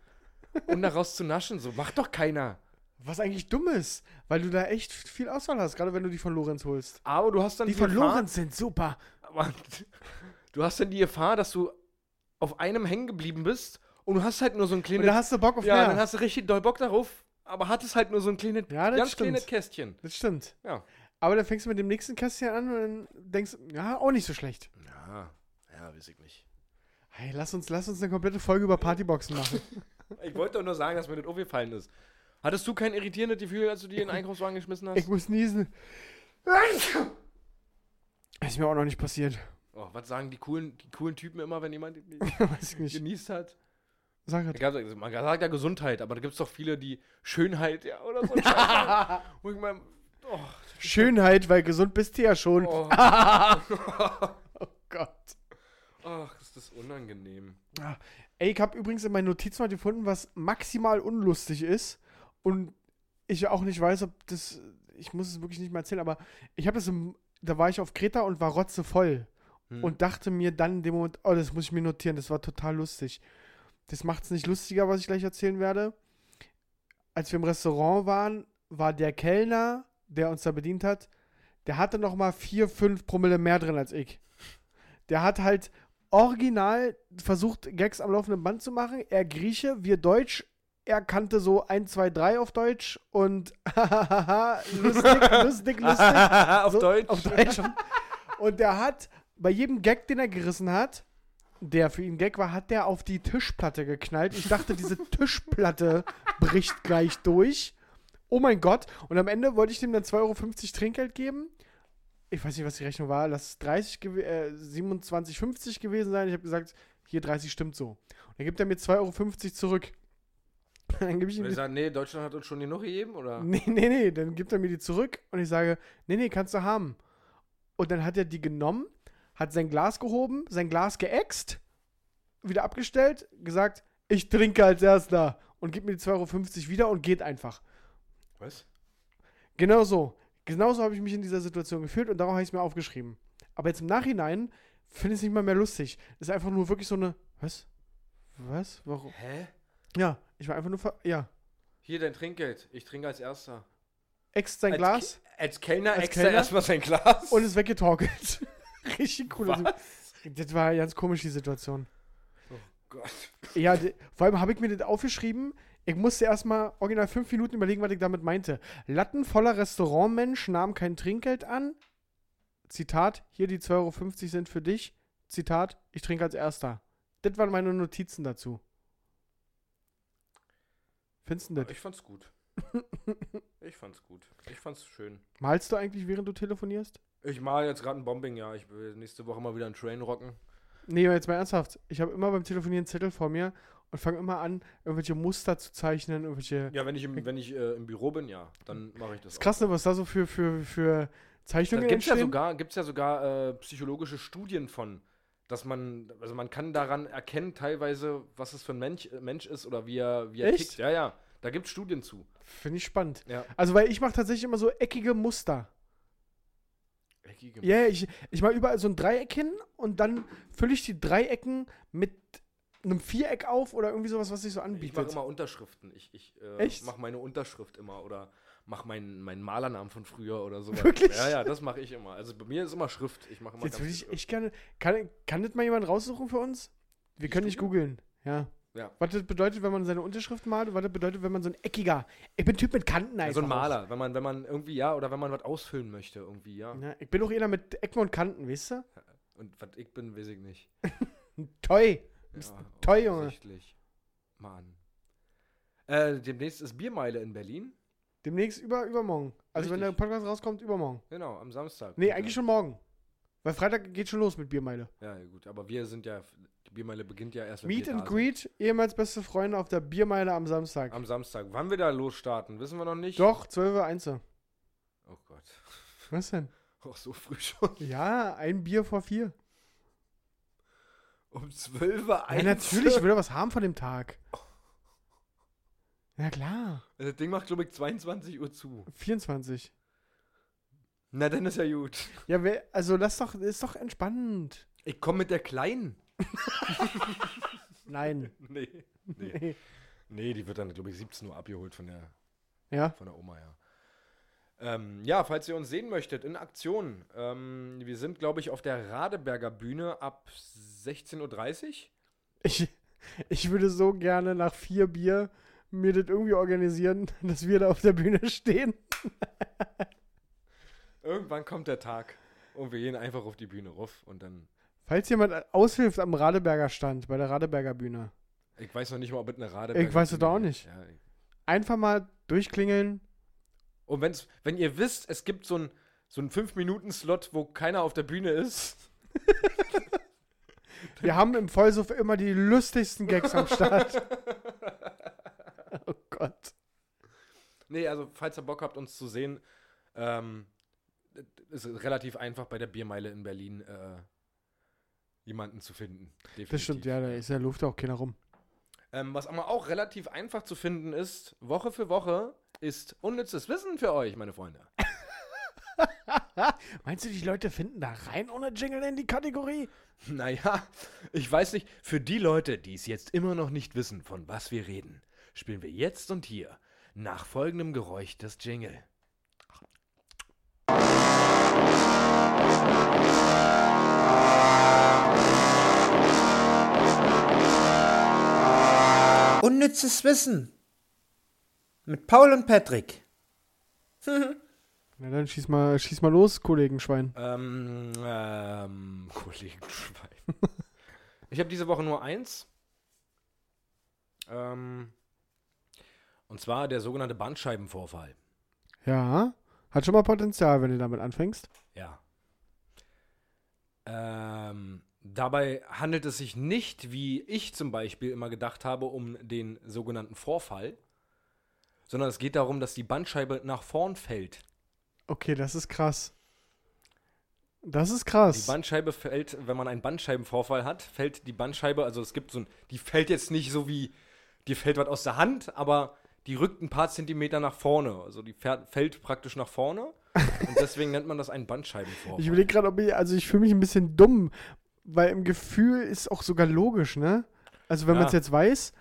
D: um daraus zu naschen. So, macht doch keiner.
E: Was eigentlich dumm ist, weil du da echt viel Auswahl hast, gerade wenn du die von Lorenz holst.
D: Aber du hast dann
E: Die von
D: Gefahr-
E: Lorenz sind super.
D: aber du hast dann die Gefahr, dass du auf einem hängen geblieben bist und du hast halt nur so ein
E: Und da
D: kleines.
E: hast du Bock auf
D: Ja,
E: mehr.
D: dann hast du richtig doll Bock darauf, aber hattest halt nur so ein kleines,
E: Ja, das
D: ganz
E: stimmt.
D: kleines Kästchen.
E: das stimmt.
D: Ja.
E: Aber dann fängst du mit dem nächsten Kästchen an und dann denkst du, ja, auch nicht so schlecht.
D: Ja, ja, weiß ich nicht.
E: Hey, lass uns, lass uns eine komplette Folge über Partyboxen machen.
D: Ich wollte doch nur sagen, dass mir das aufgefallen ist. Hattest du kein irritierendes Gefühl, als du die in den Einkaufswagen geschmissen hast?
E: ich muss niesen. Ist mir auch noch nicht passiert.
D: oh, was sagen die coolen, die coolen Typen immer, wenn jemand
E: Weiß ich nicht.
D: genießt hat?
E: Sag halt.
D: Da gab's, man sagt ja Gesundheit, aber da gibt es doch viele, die Schönheit ja, oder so. ein Scheiß. Wo ich mein, oh,
E: Schönheit, weil gesund bist du ja schon.
D: oh,
E: Gott.
D: oh, ach, ist das unangenehm.
E: Ah, Ey, ich habe übrigens in meinen Notizen heute gefunden, was maximal unlustig ist. Und ich auch nicht weiß, ob das. Ich muss es wirklich nicht mehr erzählen, aber ich habe das im. Da war ich auf Kreta und war rotzevoll.
D: Hm.
E: Und dachte mir dann in dem Moment, oh, das muss ich mir notieren, das war total lustig. Das macht es nicht lustiger, was ich gleich erzählen werde. Als wir im Restaurant waren, war der Kellner, der uns da bedient hat, der hatte noch mal 4, 5 Promille mehr drin als ich. Der hat halt original versucht, Gags am laufenden Band zu machen. Er Grieche, wir Deutsch. Er kannte so 1, 2, 3 auf Deutsch und lustig, lustig, lustig.
D: auf
E: So,
D: Deutsch.
E: Auf Deutsch. Und der hat bei jedem Gag, den er gerissen hat, der für ihn Gag war, hat der auf die Tischplatte geknallt. Ich dachte, diese Tischplatte bricht gleich durch. Oh mein Gott. Und am Ende wollte ich dem dann 2,50 Euro Trinkgeld geben. Ich weiß nicht, was die Rechnung war. Lass es 30, gew- äh, 27,50 gewesen sein. Ich habe gesagt, hier 30 stimmt so. Und dann gibt er mir 2,50 Euro zurück. Dann gebe ich ihm
D: Und
E: die
D: ich sage, nee, Deutschland hat uns schon genug gegeben, oder?
E: Nee, nee, nee, dann gibt er mir die zurück und ich sage, nee, nee, kannst du haben. Und dann hat er die genommen, hat sein Glas gehoben, sein Glas geäxt, wieder abgestellt, gesagt, ich trinke als erster und gibt mir die 2,50 Euro wieder und geht einfach.
D: Was?
E: Genau so. Genau so habe ich mich in dieser Situation gefühlt und darauf habe ich es mir aufgeschrieben. Aber jetzt im Nachhinein finde ich es nicht mal mehr lustig. Es ist einfach nur wirklich so eine, was? Was? Warum?
D: Hä?
E: Ja, ich war einfach nur, ver ja,
D: Hier dein Trinkgeld. Ich trinke als erster.
E: äxt sein
D: Als
E: Glas.
D: Ke- Als Kellner
E: Als
D: extra
E: Kellner?
D: erstmal sein Glas.
E: und ist weggetorkelt. Richtig cool.
D: Was?
E: Das war ganz komisch, die Situation.
D: Gott.
E: Ja, d- vor allem habe ich mir das aufgeschrieben. Ich musste erstmal original fünf Minuten überlegen, was ich damit meinte. Latten voller Restaurantmensch nahm kein Trinkgeld an. Zitat, hier die 2,50 Euro sind für dich. Zitat, ich trinke als erster. Das waren meine Notizen dazu. Findest du denn das?
D: Ich fand's gut. Ich fand's gut. Ich fand's schön.
E: Malst du eigentlich, während du telefonierst?
D: Ich mal jetzt gerade ein Bombing, ja. Ich will nächste Woche mal wieder einen Train rocken.
E: Nee, aber jetzt mal ernsthaft. Ich habe immer beim Telefonieren einen Zettel vor mir und fange immer an, irgendwelche Muster zu zeichnen, irgendwelche.
D: Ja, wenn ich im, wenn ich, äh, im Büro bin, ja, dann mache ich das.
E: Das ist
D: auch.
E: krass, ne, was da so für, für, für Zeichnungen
D: Dann gibt's ja
E: entstehen.
D: sogar, gibt's ja sogar äh, psychologische Studien von, dass man, also man kann daran erkennen teilweise, was es für ein Mensch, äh, Mensch ist oder wie er, wie er
E: Echt?
D: tickt. Ja, ja. Da gibt's Studien zu.
E: Finde ich spannend.
D: Ja.
E: Also, weil ich mache tatsächlich immer so eckige
D: Mhm.
E: Muster. Ja, yeah, ich, ich mache überall so ein Dreieck hin und dann fülle ich die Dreiecken mit einem Viereck auf oder irgendwie sowas, was sich so
D: Ich mache
E: anbietet.
D: immer Unterschriften. Ich, ich äh,
E: Echt?
D: mache meine Unterschrift immer oder mache meinen, meinen Malernamen von früher oder sowas.
E: Wirklich?
D: Ja, ja, das mache ich immer. Also bei mir ist immer Schrift. Ich mache immer
E: Jetzt
D: ganz
E: würde
D: viel
E: ich
D: Schrift.
E: echt gerne. Kann, kann das mal jemand raussuchen für uns? Wir können nicht googeln. Ja.
D: Ja.
E: Was das bedeutet, wenn man seine Unterschrift malt, und was das bedeutet, wenn man so ein eckiger. Ich bin Typ mit Kanten
D: Ja,
E: einfach.
D: so ein
E: auch.
D: Maler, wenn man, wenn man irgendwie, ja, oder wenn man was ausfüllen möchte, irgendwie, ja.
E: Ja, ich bin auch einer mit Ecken und Kanten, weißt du?
D: Und was ich bin, weiß ich nicht.
E: Toi.
D: Ja,
E: toll, Junge.
D: offensichtlich. Mann. Äh, demnächst ist Biermeile in Berlin.
E: Demnächst über, übermorgen. Also wenn der
D: Richtig.
E: Podcast rauskommt, übermorgen.
D: Genau, am Samstag.
E: Nee,
D: Und,
E: eigentlich
D: äh,
E: schon morgen. Weil Freitag geht schon los mit Biermeile.
D: Ja, gut, aber wir sind ja, die Biermeile beginnt ja erst wenn
E: Meet
D: wir
E: and
D: da sind.
E: Greet, ehemals beste Freunde auf der Biermeile am Samstag.
D: Am Samstag. Wann wir da losstarten, wissen wir noch nicht.
E: Doch, 12 Uhr 1.
D: Oh Gott.
E: Was denn?
D: Auch so früh schon.
E: Ja, ein Bier vor vier.
D: Um 12 Uhr
E: Ja, natürlich, ich will doch was haben von dem Tag. Ja, klar.
D: Also, Das Ding macht, glaube ich, 22 Uhr zu.
E: 24.
D: Na, dann ist ja gut.
E: Ja, wer, also lass doch, ist doch entspannend.
D: Ich komme mit der Kleinen.
E: Nein.
D: Nee. Nee.
E: Nee.
D: Nee, die wird dann, glaube ich, 17 Uhr abgeholt von der,
E: Ja.
D: von der Oma, ja. Ähm, ja, falls ihr uns sehen möchtet, in Aktion. Ähm, wir sind, glaube ich, auf der Radeberger Bühne ab 16.30 Uhr.
E: Ich, ich würde so gerne nach vier Bier mir das irgendwie organisieren, dass wir da auf der Bühne stehen.
D: Irgendwann kommt der Tag und wir gehen einfach auf die Bühne ruf und dann.
E: Falls jemand aushilft am Radeberger Stand, bei der Radeberger Bühne,
D: Ich weiß noch nicht mal, ob es eine Radeberger
E: Ich weiß es
D: Bühne
E: auch
D: gibt.
E: nicht.
D: Ja, ich-
E: einfach mal durchklingeln.
D: Und wenn's, wenn ihr wisst, es gibt so einen so einen 5-Minuten-Slot, wo keiner auf der Bühne ist,
E: Wir haben im Vollsuff immer die lustigsten Gags am Start. Oh Gott.
D: Nee, also falls ihr Bock habt, uns zu sehen, ähm, es ist relativ einfach bei der Biermeile in Berlin äh, jemanden zu finden. Definitiv.
E: Das stimmt, ja, da ist ja Luft auch keiner rum.
D: Ähm, was aber auch relativ einfach zu finden ist, Woche für Woche, ist unnützes Wissen für euch, meine Freunde.
E: Meinst du, die Leute finden da rein ohne Jingle in die Kategorie?
D: Naja, ich weiß nicht, für die Leute, die es jetzt immer noch nicht wissen, von was wir reden, spielen wir jetzt und hier nach folgendem Geräusch das Jingle.
F: Unnützes Wissen. Mit Paul und Patrick.
E: Na dann schieß mal, schieß mal los, Kollegenschwein.
D: Ähm, ähm, Kollegen Schwein. ich habe diese Woche nur eins. Ähm, und zwar der sogenannte Bandscheibenvorfall.
E: Ja. Hat schon mal Potenzial, wenn du damit anfängst.
D: Ja. Ähm, dabei handelt es sich nicht, wie ich zum Beispiel immer gedacht habe, um den sogenannten Vorfall, sondern es geht darum, dass die Bandscheibe nach vorn fällt.
E: Okay, das ist krass. Das ist
D: Die
E: krass.
D: Bandscheibe fällt, wenn man einen Bandscheibenvorfall hat, fällt die Bandscheibe, also es gibt so ein, die fällt jetzt nicht so wie, dir fällt was aus der Hand, aber die rückt ein paar Zentimeter nach vorne. Also die fährt, fällt praktisch nach vorne. Und deswegen nennt man das einen Bandscheibenvorfall.
E: ich überlege gerade, ob ich, also ich fühle mich ein bisschen dumm, weil im Gefühl ist auch sogar logisch, ne? Also wenn
D: Ja.
E: man es jetzt weiß.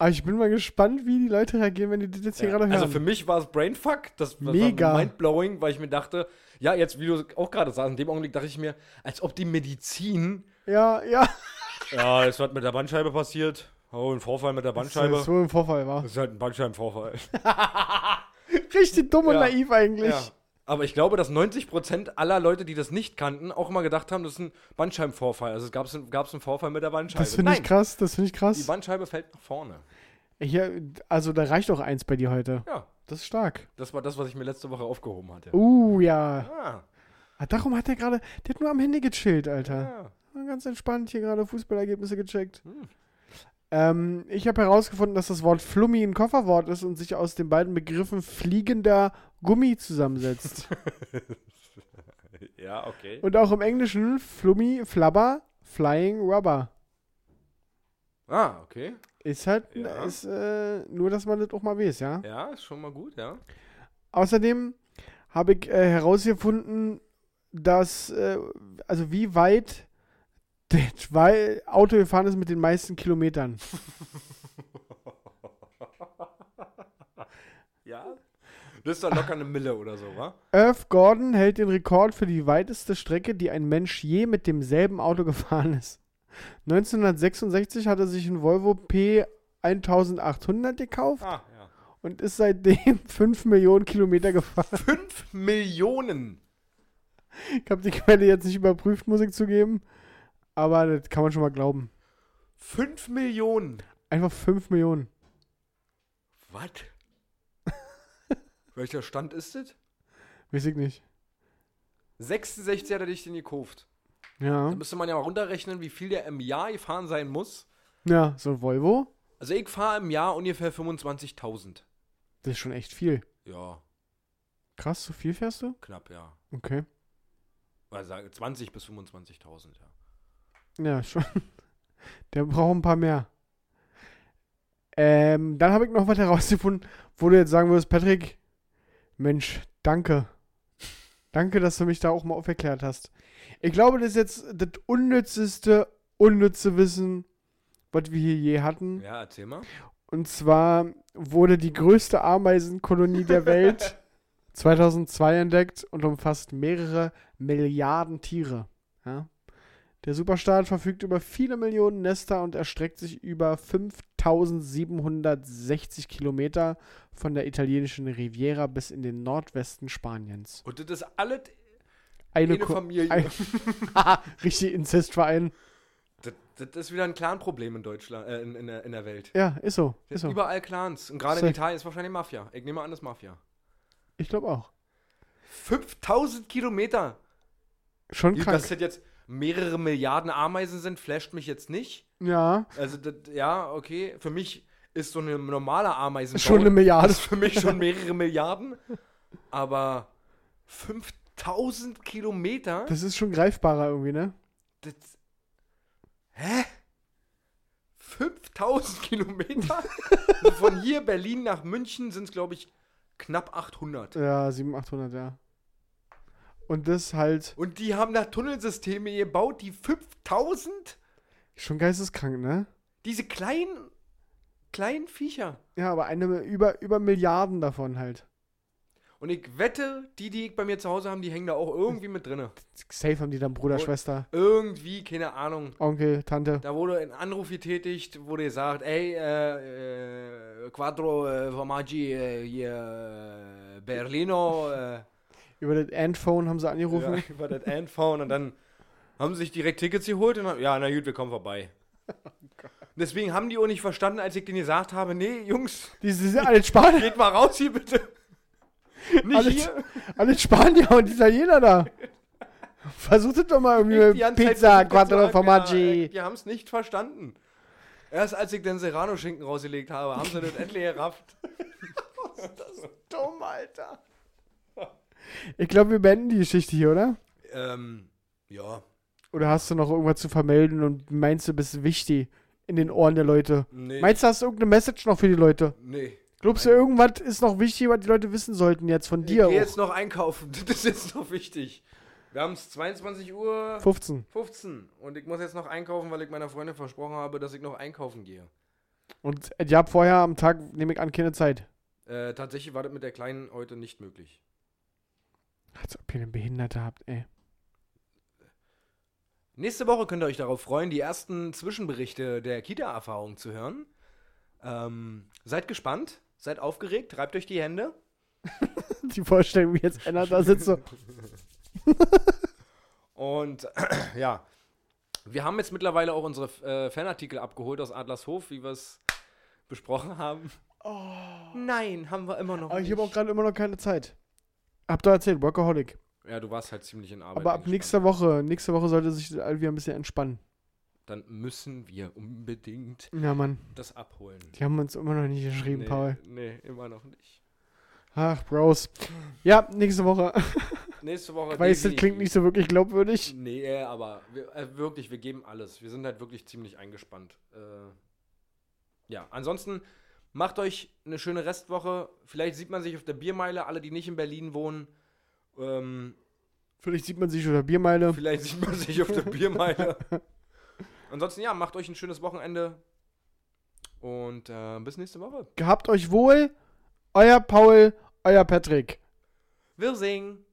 E: Aber ich bin mal gespannt, wie die Leute reagieren, wenn die das jetzt hier gerade hören.
D: Also für mich war es Brainfuck, das
E: Mega.
D: war mindblowing, weil ich mir dachte, ja, jetzt, wie du auch gerade sagst, in dem Augenblick dachte ich mir, als ob die Medizin.
E: ja, ja.
D: Ja, es hat mit der Bandscheibe passiert. Oh, ein Vorfall mit der
E: Das ist halt wohl ein Vorfall, war.
D: ist halt ein Bandscheibenvorfall.
E: Richtig dumm und
D: Ja.
E: naiv eigentlich.
D: Ja. Aber ich glaube, dass 90% aller Leute, die das nicht kannten, auch immer gedacht haben, das ist ein Bandscheibenvorfall. Also es gab einen Vorfall mit der Bandscheibe.
E: Das finde ich
D: Nein,
E: krass, das finde ich
D: Die
E: krass.
D: Bandscheibe fällt nach vorne.
E: Hier, also da reicht auch eins bei dir heute.
D: Ja,
E: Das ist stark.
D: das war das, was ich mir letzte Woche aufgehoben hatte.
E: Uh, ja.
D: Ah,
E: Ah, Darum hat er gerade, der hat nur am Handy gechillt, Alter.
D: ja.
E: Ganz entspannt hier gerade Fußballergebnisse gecheckt. Ähm, ich habe herausgefunden, dass das Wort Flummi ein Kofferwort ist und sich aus den beiden Begriffen fliegender Gummi zusammensetzt.
D: ja, okay.
E: und auch im Englischen Flummi, Flabber, Flying Rubber.
D: Ah, okay.
E: Ist halt,
D: Ja.
E: ist, äh, nur dass man das auch mal weiß, ja?
D: Ja, ist schon mal gut, ja.
E: Außerdem habe ich äh, herausgefunden, dass, äh, also wie weit das Wei- Auto gefahren ist mit den meisten Kilometern.
D: Ja? Das ist doch locker eine Mille oder so, wa?
E: Irv Gordon hält den Rekord für die weiteste Strecke, die ein Mensch je mit demselben Auto gefahren ist. 1966 hat er sich ein Volvo P1800 gekauft
D: Ah, ja.
E: und ist seitdem 5 Millionen Kilometer gefahren.
D: Fünf Millionen!
E: Ich habe die Quelle jetzt nicht überprüft, muss ich zugeben, aber das kann man schon mal glauben.
D: Fünf Millionen!
E: Einfach 5 Millionen.
D: Was? Welcher Stand ist das?
E: Weiß ich nicht.
D: 66 hat er dich den gekauft. Da
E: Ja.
D: müsste man ja mal runterrechnen, wie viel der im Jahr gefahren sein muss.
E: Ja, so ein Volvo,
D: Also ich fahre im Jahr ungefähr 25.000.
E: das ist schon echt viel.
D: Ja,
E: Krass, so viel fährst du?
D: knapp, ja.
E: Okay.
D: Also sage 20 bis 25.000, ja.
E: Ja, schon. Der braucht ein paar mehr. Ähm, dann habe ich noch was herausgefunden, wo du jetzt sagen würdest, Patrick, Mensch, danke. Danke, dass du mich da auch mal aufgeklärt hast. Ich glaube, das ist jetzt das unnützeste, unnütze Wissen, was wir hier je hatten.
D: Ja, erzähl mal.
E: Und zwar wurde die größte Ameisenkolonie der Welt 2002 entdeckt und umfasst mehrere Milliarden Tiere. Ja? Der Superstaat verfügt über viele Millionen Nester und erstreckt sich über 5760 Kilometer von der italienischen Riviera bis in den Nordwesten Spaniens.
D: Und das ist alles
E: Eine,
D: eine
E: Ko-
D: Familie.
E: ein- Richtig Inzestverein.
D: das, das ist wieder ein Clan-Problem in Deutschland, äh, in, in, der, in der Welt.
E: Ja, ist so. Ist
D: Ist
E: so.
D: Überall Clans. Und gerade in
E: Safe.
D: Italien ist wahrscheinlich Mafia. Ich nehme an, das ist Mafia.
E: Ich glaube auch.
D: 5000 Kilometer!
E: Schon
D: Dass
E: krank.
D: das jetzt mehrere Milliarden Ameisen sind, flasht mich jetzt nicht.
E: Ja,
D: Also, das, ja, okay. Für mich ist so eine normale Ameisenbau
E: schon eine Milliarde.
D: für mich schon mehrere Milliarden. Aber 5000 Kilometer?
E: Das ist schon greifbarer irgendwie, ne?
D: Das, hä? 5000 Kilometer. Von hier Berlin nach München sind es, glaube ich, knapp 800.
E: Ja, 700, 800, ja. Und das halt
D: Und die haben da Tunnelsysteme gebaut, die 5000?
E: schon geisteskrank, ne?
D: Diese kleinen, kleinen Viecher.
E: Ja, aber eine über, über Milliarden davon halt.
D: Und ich wette, die, die ich bei mir zu Hause haben, die hängen da auch irgendwie mit drinne.
E: Safe haben die dann Bruder,
D: Und-
E: Schwester,
D: Irgendwie, keine Ahnung.
E: Onkel, Tante.
D: Da wurde ein Anruf getätigt, wurde gesagt, ey, äh, äh, Quattro äh, Formaggi, äh, hier, äh, Berlino, äh,
E: Über das Endphone haben sie angerufen.
D: ja, über das Endphone und dann haben sie sich direkt Tickets geholt und haben, ja, na gut, wir kommen vorbei. Deswegen haben die auch nicht verstanden, als ich denen gesagt habe, nee, Jungs,
E: Die, die sind alle Spanier,
D: geht mal raus hier bitte. Nicht
E: Alles-
D: hier.
E: alle Spanier und Italiener da. Versucht es doch mal irgendwie mit Pizza, Quattro Formaggi.
D: Die haben es äh, nicht verstanden. Erst als ich den Serrano-Schinken rausgelegt habe, haben sie das endlich gerafft.
E: Dumm, Alter. Ich glaube, wir beenden die Geschichte hier, oder?
D: Ähm, ja.
E: Oder hast du noch irgendwas zu vermelden und meinst du, bist wichtig in den Ohren der Leute?
D: Nee.
E: Meinst du, hast du irgendeine Message noch für die Leute?
D: nee.
E: Glaubst du, irgendwas ist noch wichtig, was die Leute wissen sollten jetzt von
D: Ich
E: dir?
D: gehe
E: Auch?
D: Äh, jetzt noch einkaufen. Das ist jetzt noch wichtig. Wir haben es 22 Uhr
E: 15.
D: 15 und ich muss jetzt noch einkaufen, weil ich meiner Freundin versprochen habe, dass ich noch einkaufen gehe.
E: Und äh, ich habe vorher am Tag, nehme ich an, keine Zeit.
D: Äh, tatsächlich war das mit der Kleinen heute nicht möglich.
E: Als ob ihr eine Behinderte habt, ey.
D: Nächste Woche könnt ihr euch darauf freuen, die ersten Zwischenberichte der Kita-Erfahrung zu hören. Ähm, seid gespannt, seid aufgeregt, reibt euch die Hände.
E: Die Vorstellung, wie jetzt einer da sitzt, so.
D: Und ja, wir haben jetzt mittlerweile auch unsere äh, Fanartikel abgeholt aus Adlershof, wie wir es besprochen haben. Nein, haben wir immer noch
E: Aber Oh, ich habe auch
D: nicht.
E: gerade immer noch keine Zeit. Habt ihr erzählt, Workaholic.
D: Ja, du warst halt ziemlich in Arbeit.
E: Aber ab
D: eingespannt.
E: nächster Woche, nächste Woche sollte sich das all wieder ein bisschen entspannen.
D: Dann müssen wir unbedingt
E: Ja, Mann.
D: das abholen.
E: Die haben uns immer noch nicht geschrieben, Paul.
D: Nee, immer noch nicht.
E: Ach, Bros. Ja, nächste Woche.
D: Nächste Woche.
E: Ich weiß, das klingt nicht so wirklich glaubwürdig.
D: Nee, aber wir, äh, wirklich, wir geben alles. Wir sind halt wirklich ziemlich eingespannt. Äh, ja, ansonsten macht euch eine schöne Restwoche. Vielleicht sieht man sich auf der Biermeile, alle, die nicht in Berlin wohnen. Ähm,
E: Vielleicht sieht man sich oder Biermeile.
D: vielleicht sieht man sich auf der Biermeile. Ansonsten, ja, macht euch ein schönes Wochenende. Und äh, bis nächste Woche.
E: Gehabt euch wohl. Euer Paul, euer Patrick.
D: Wir singen.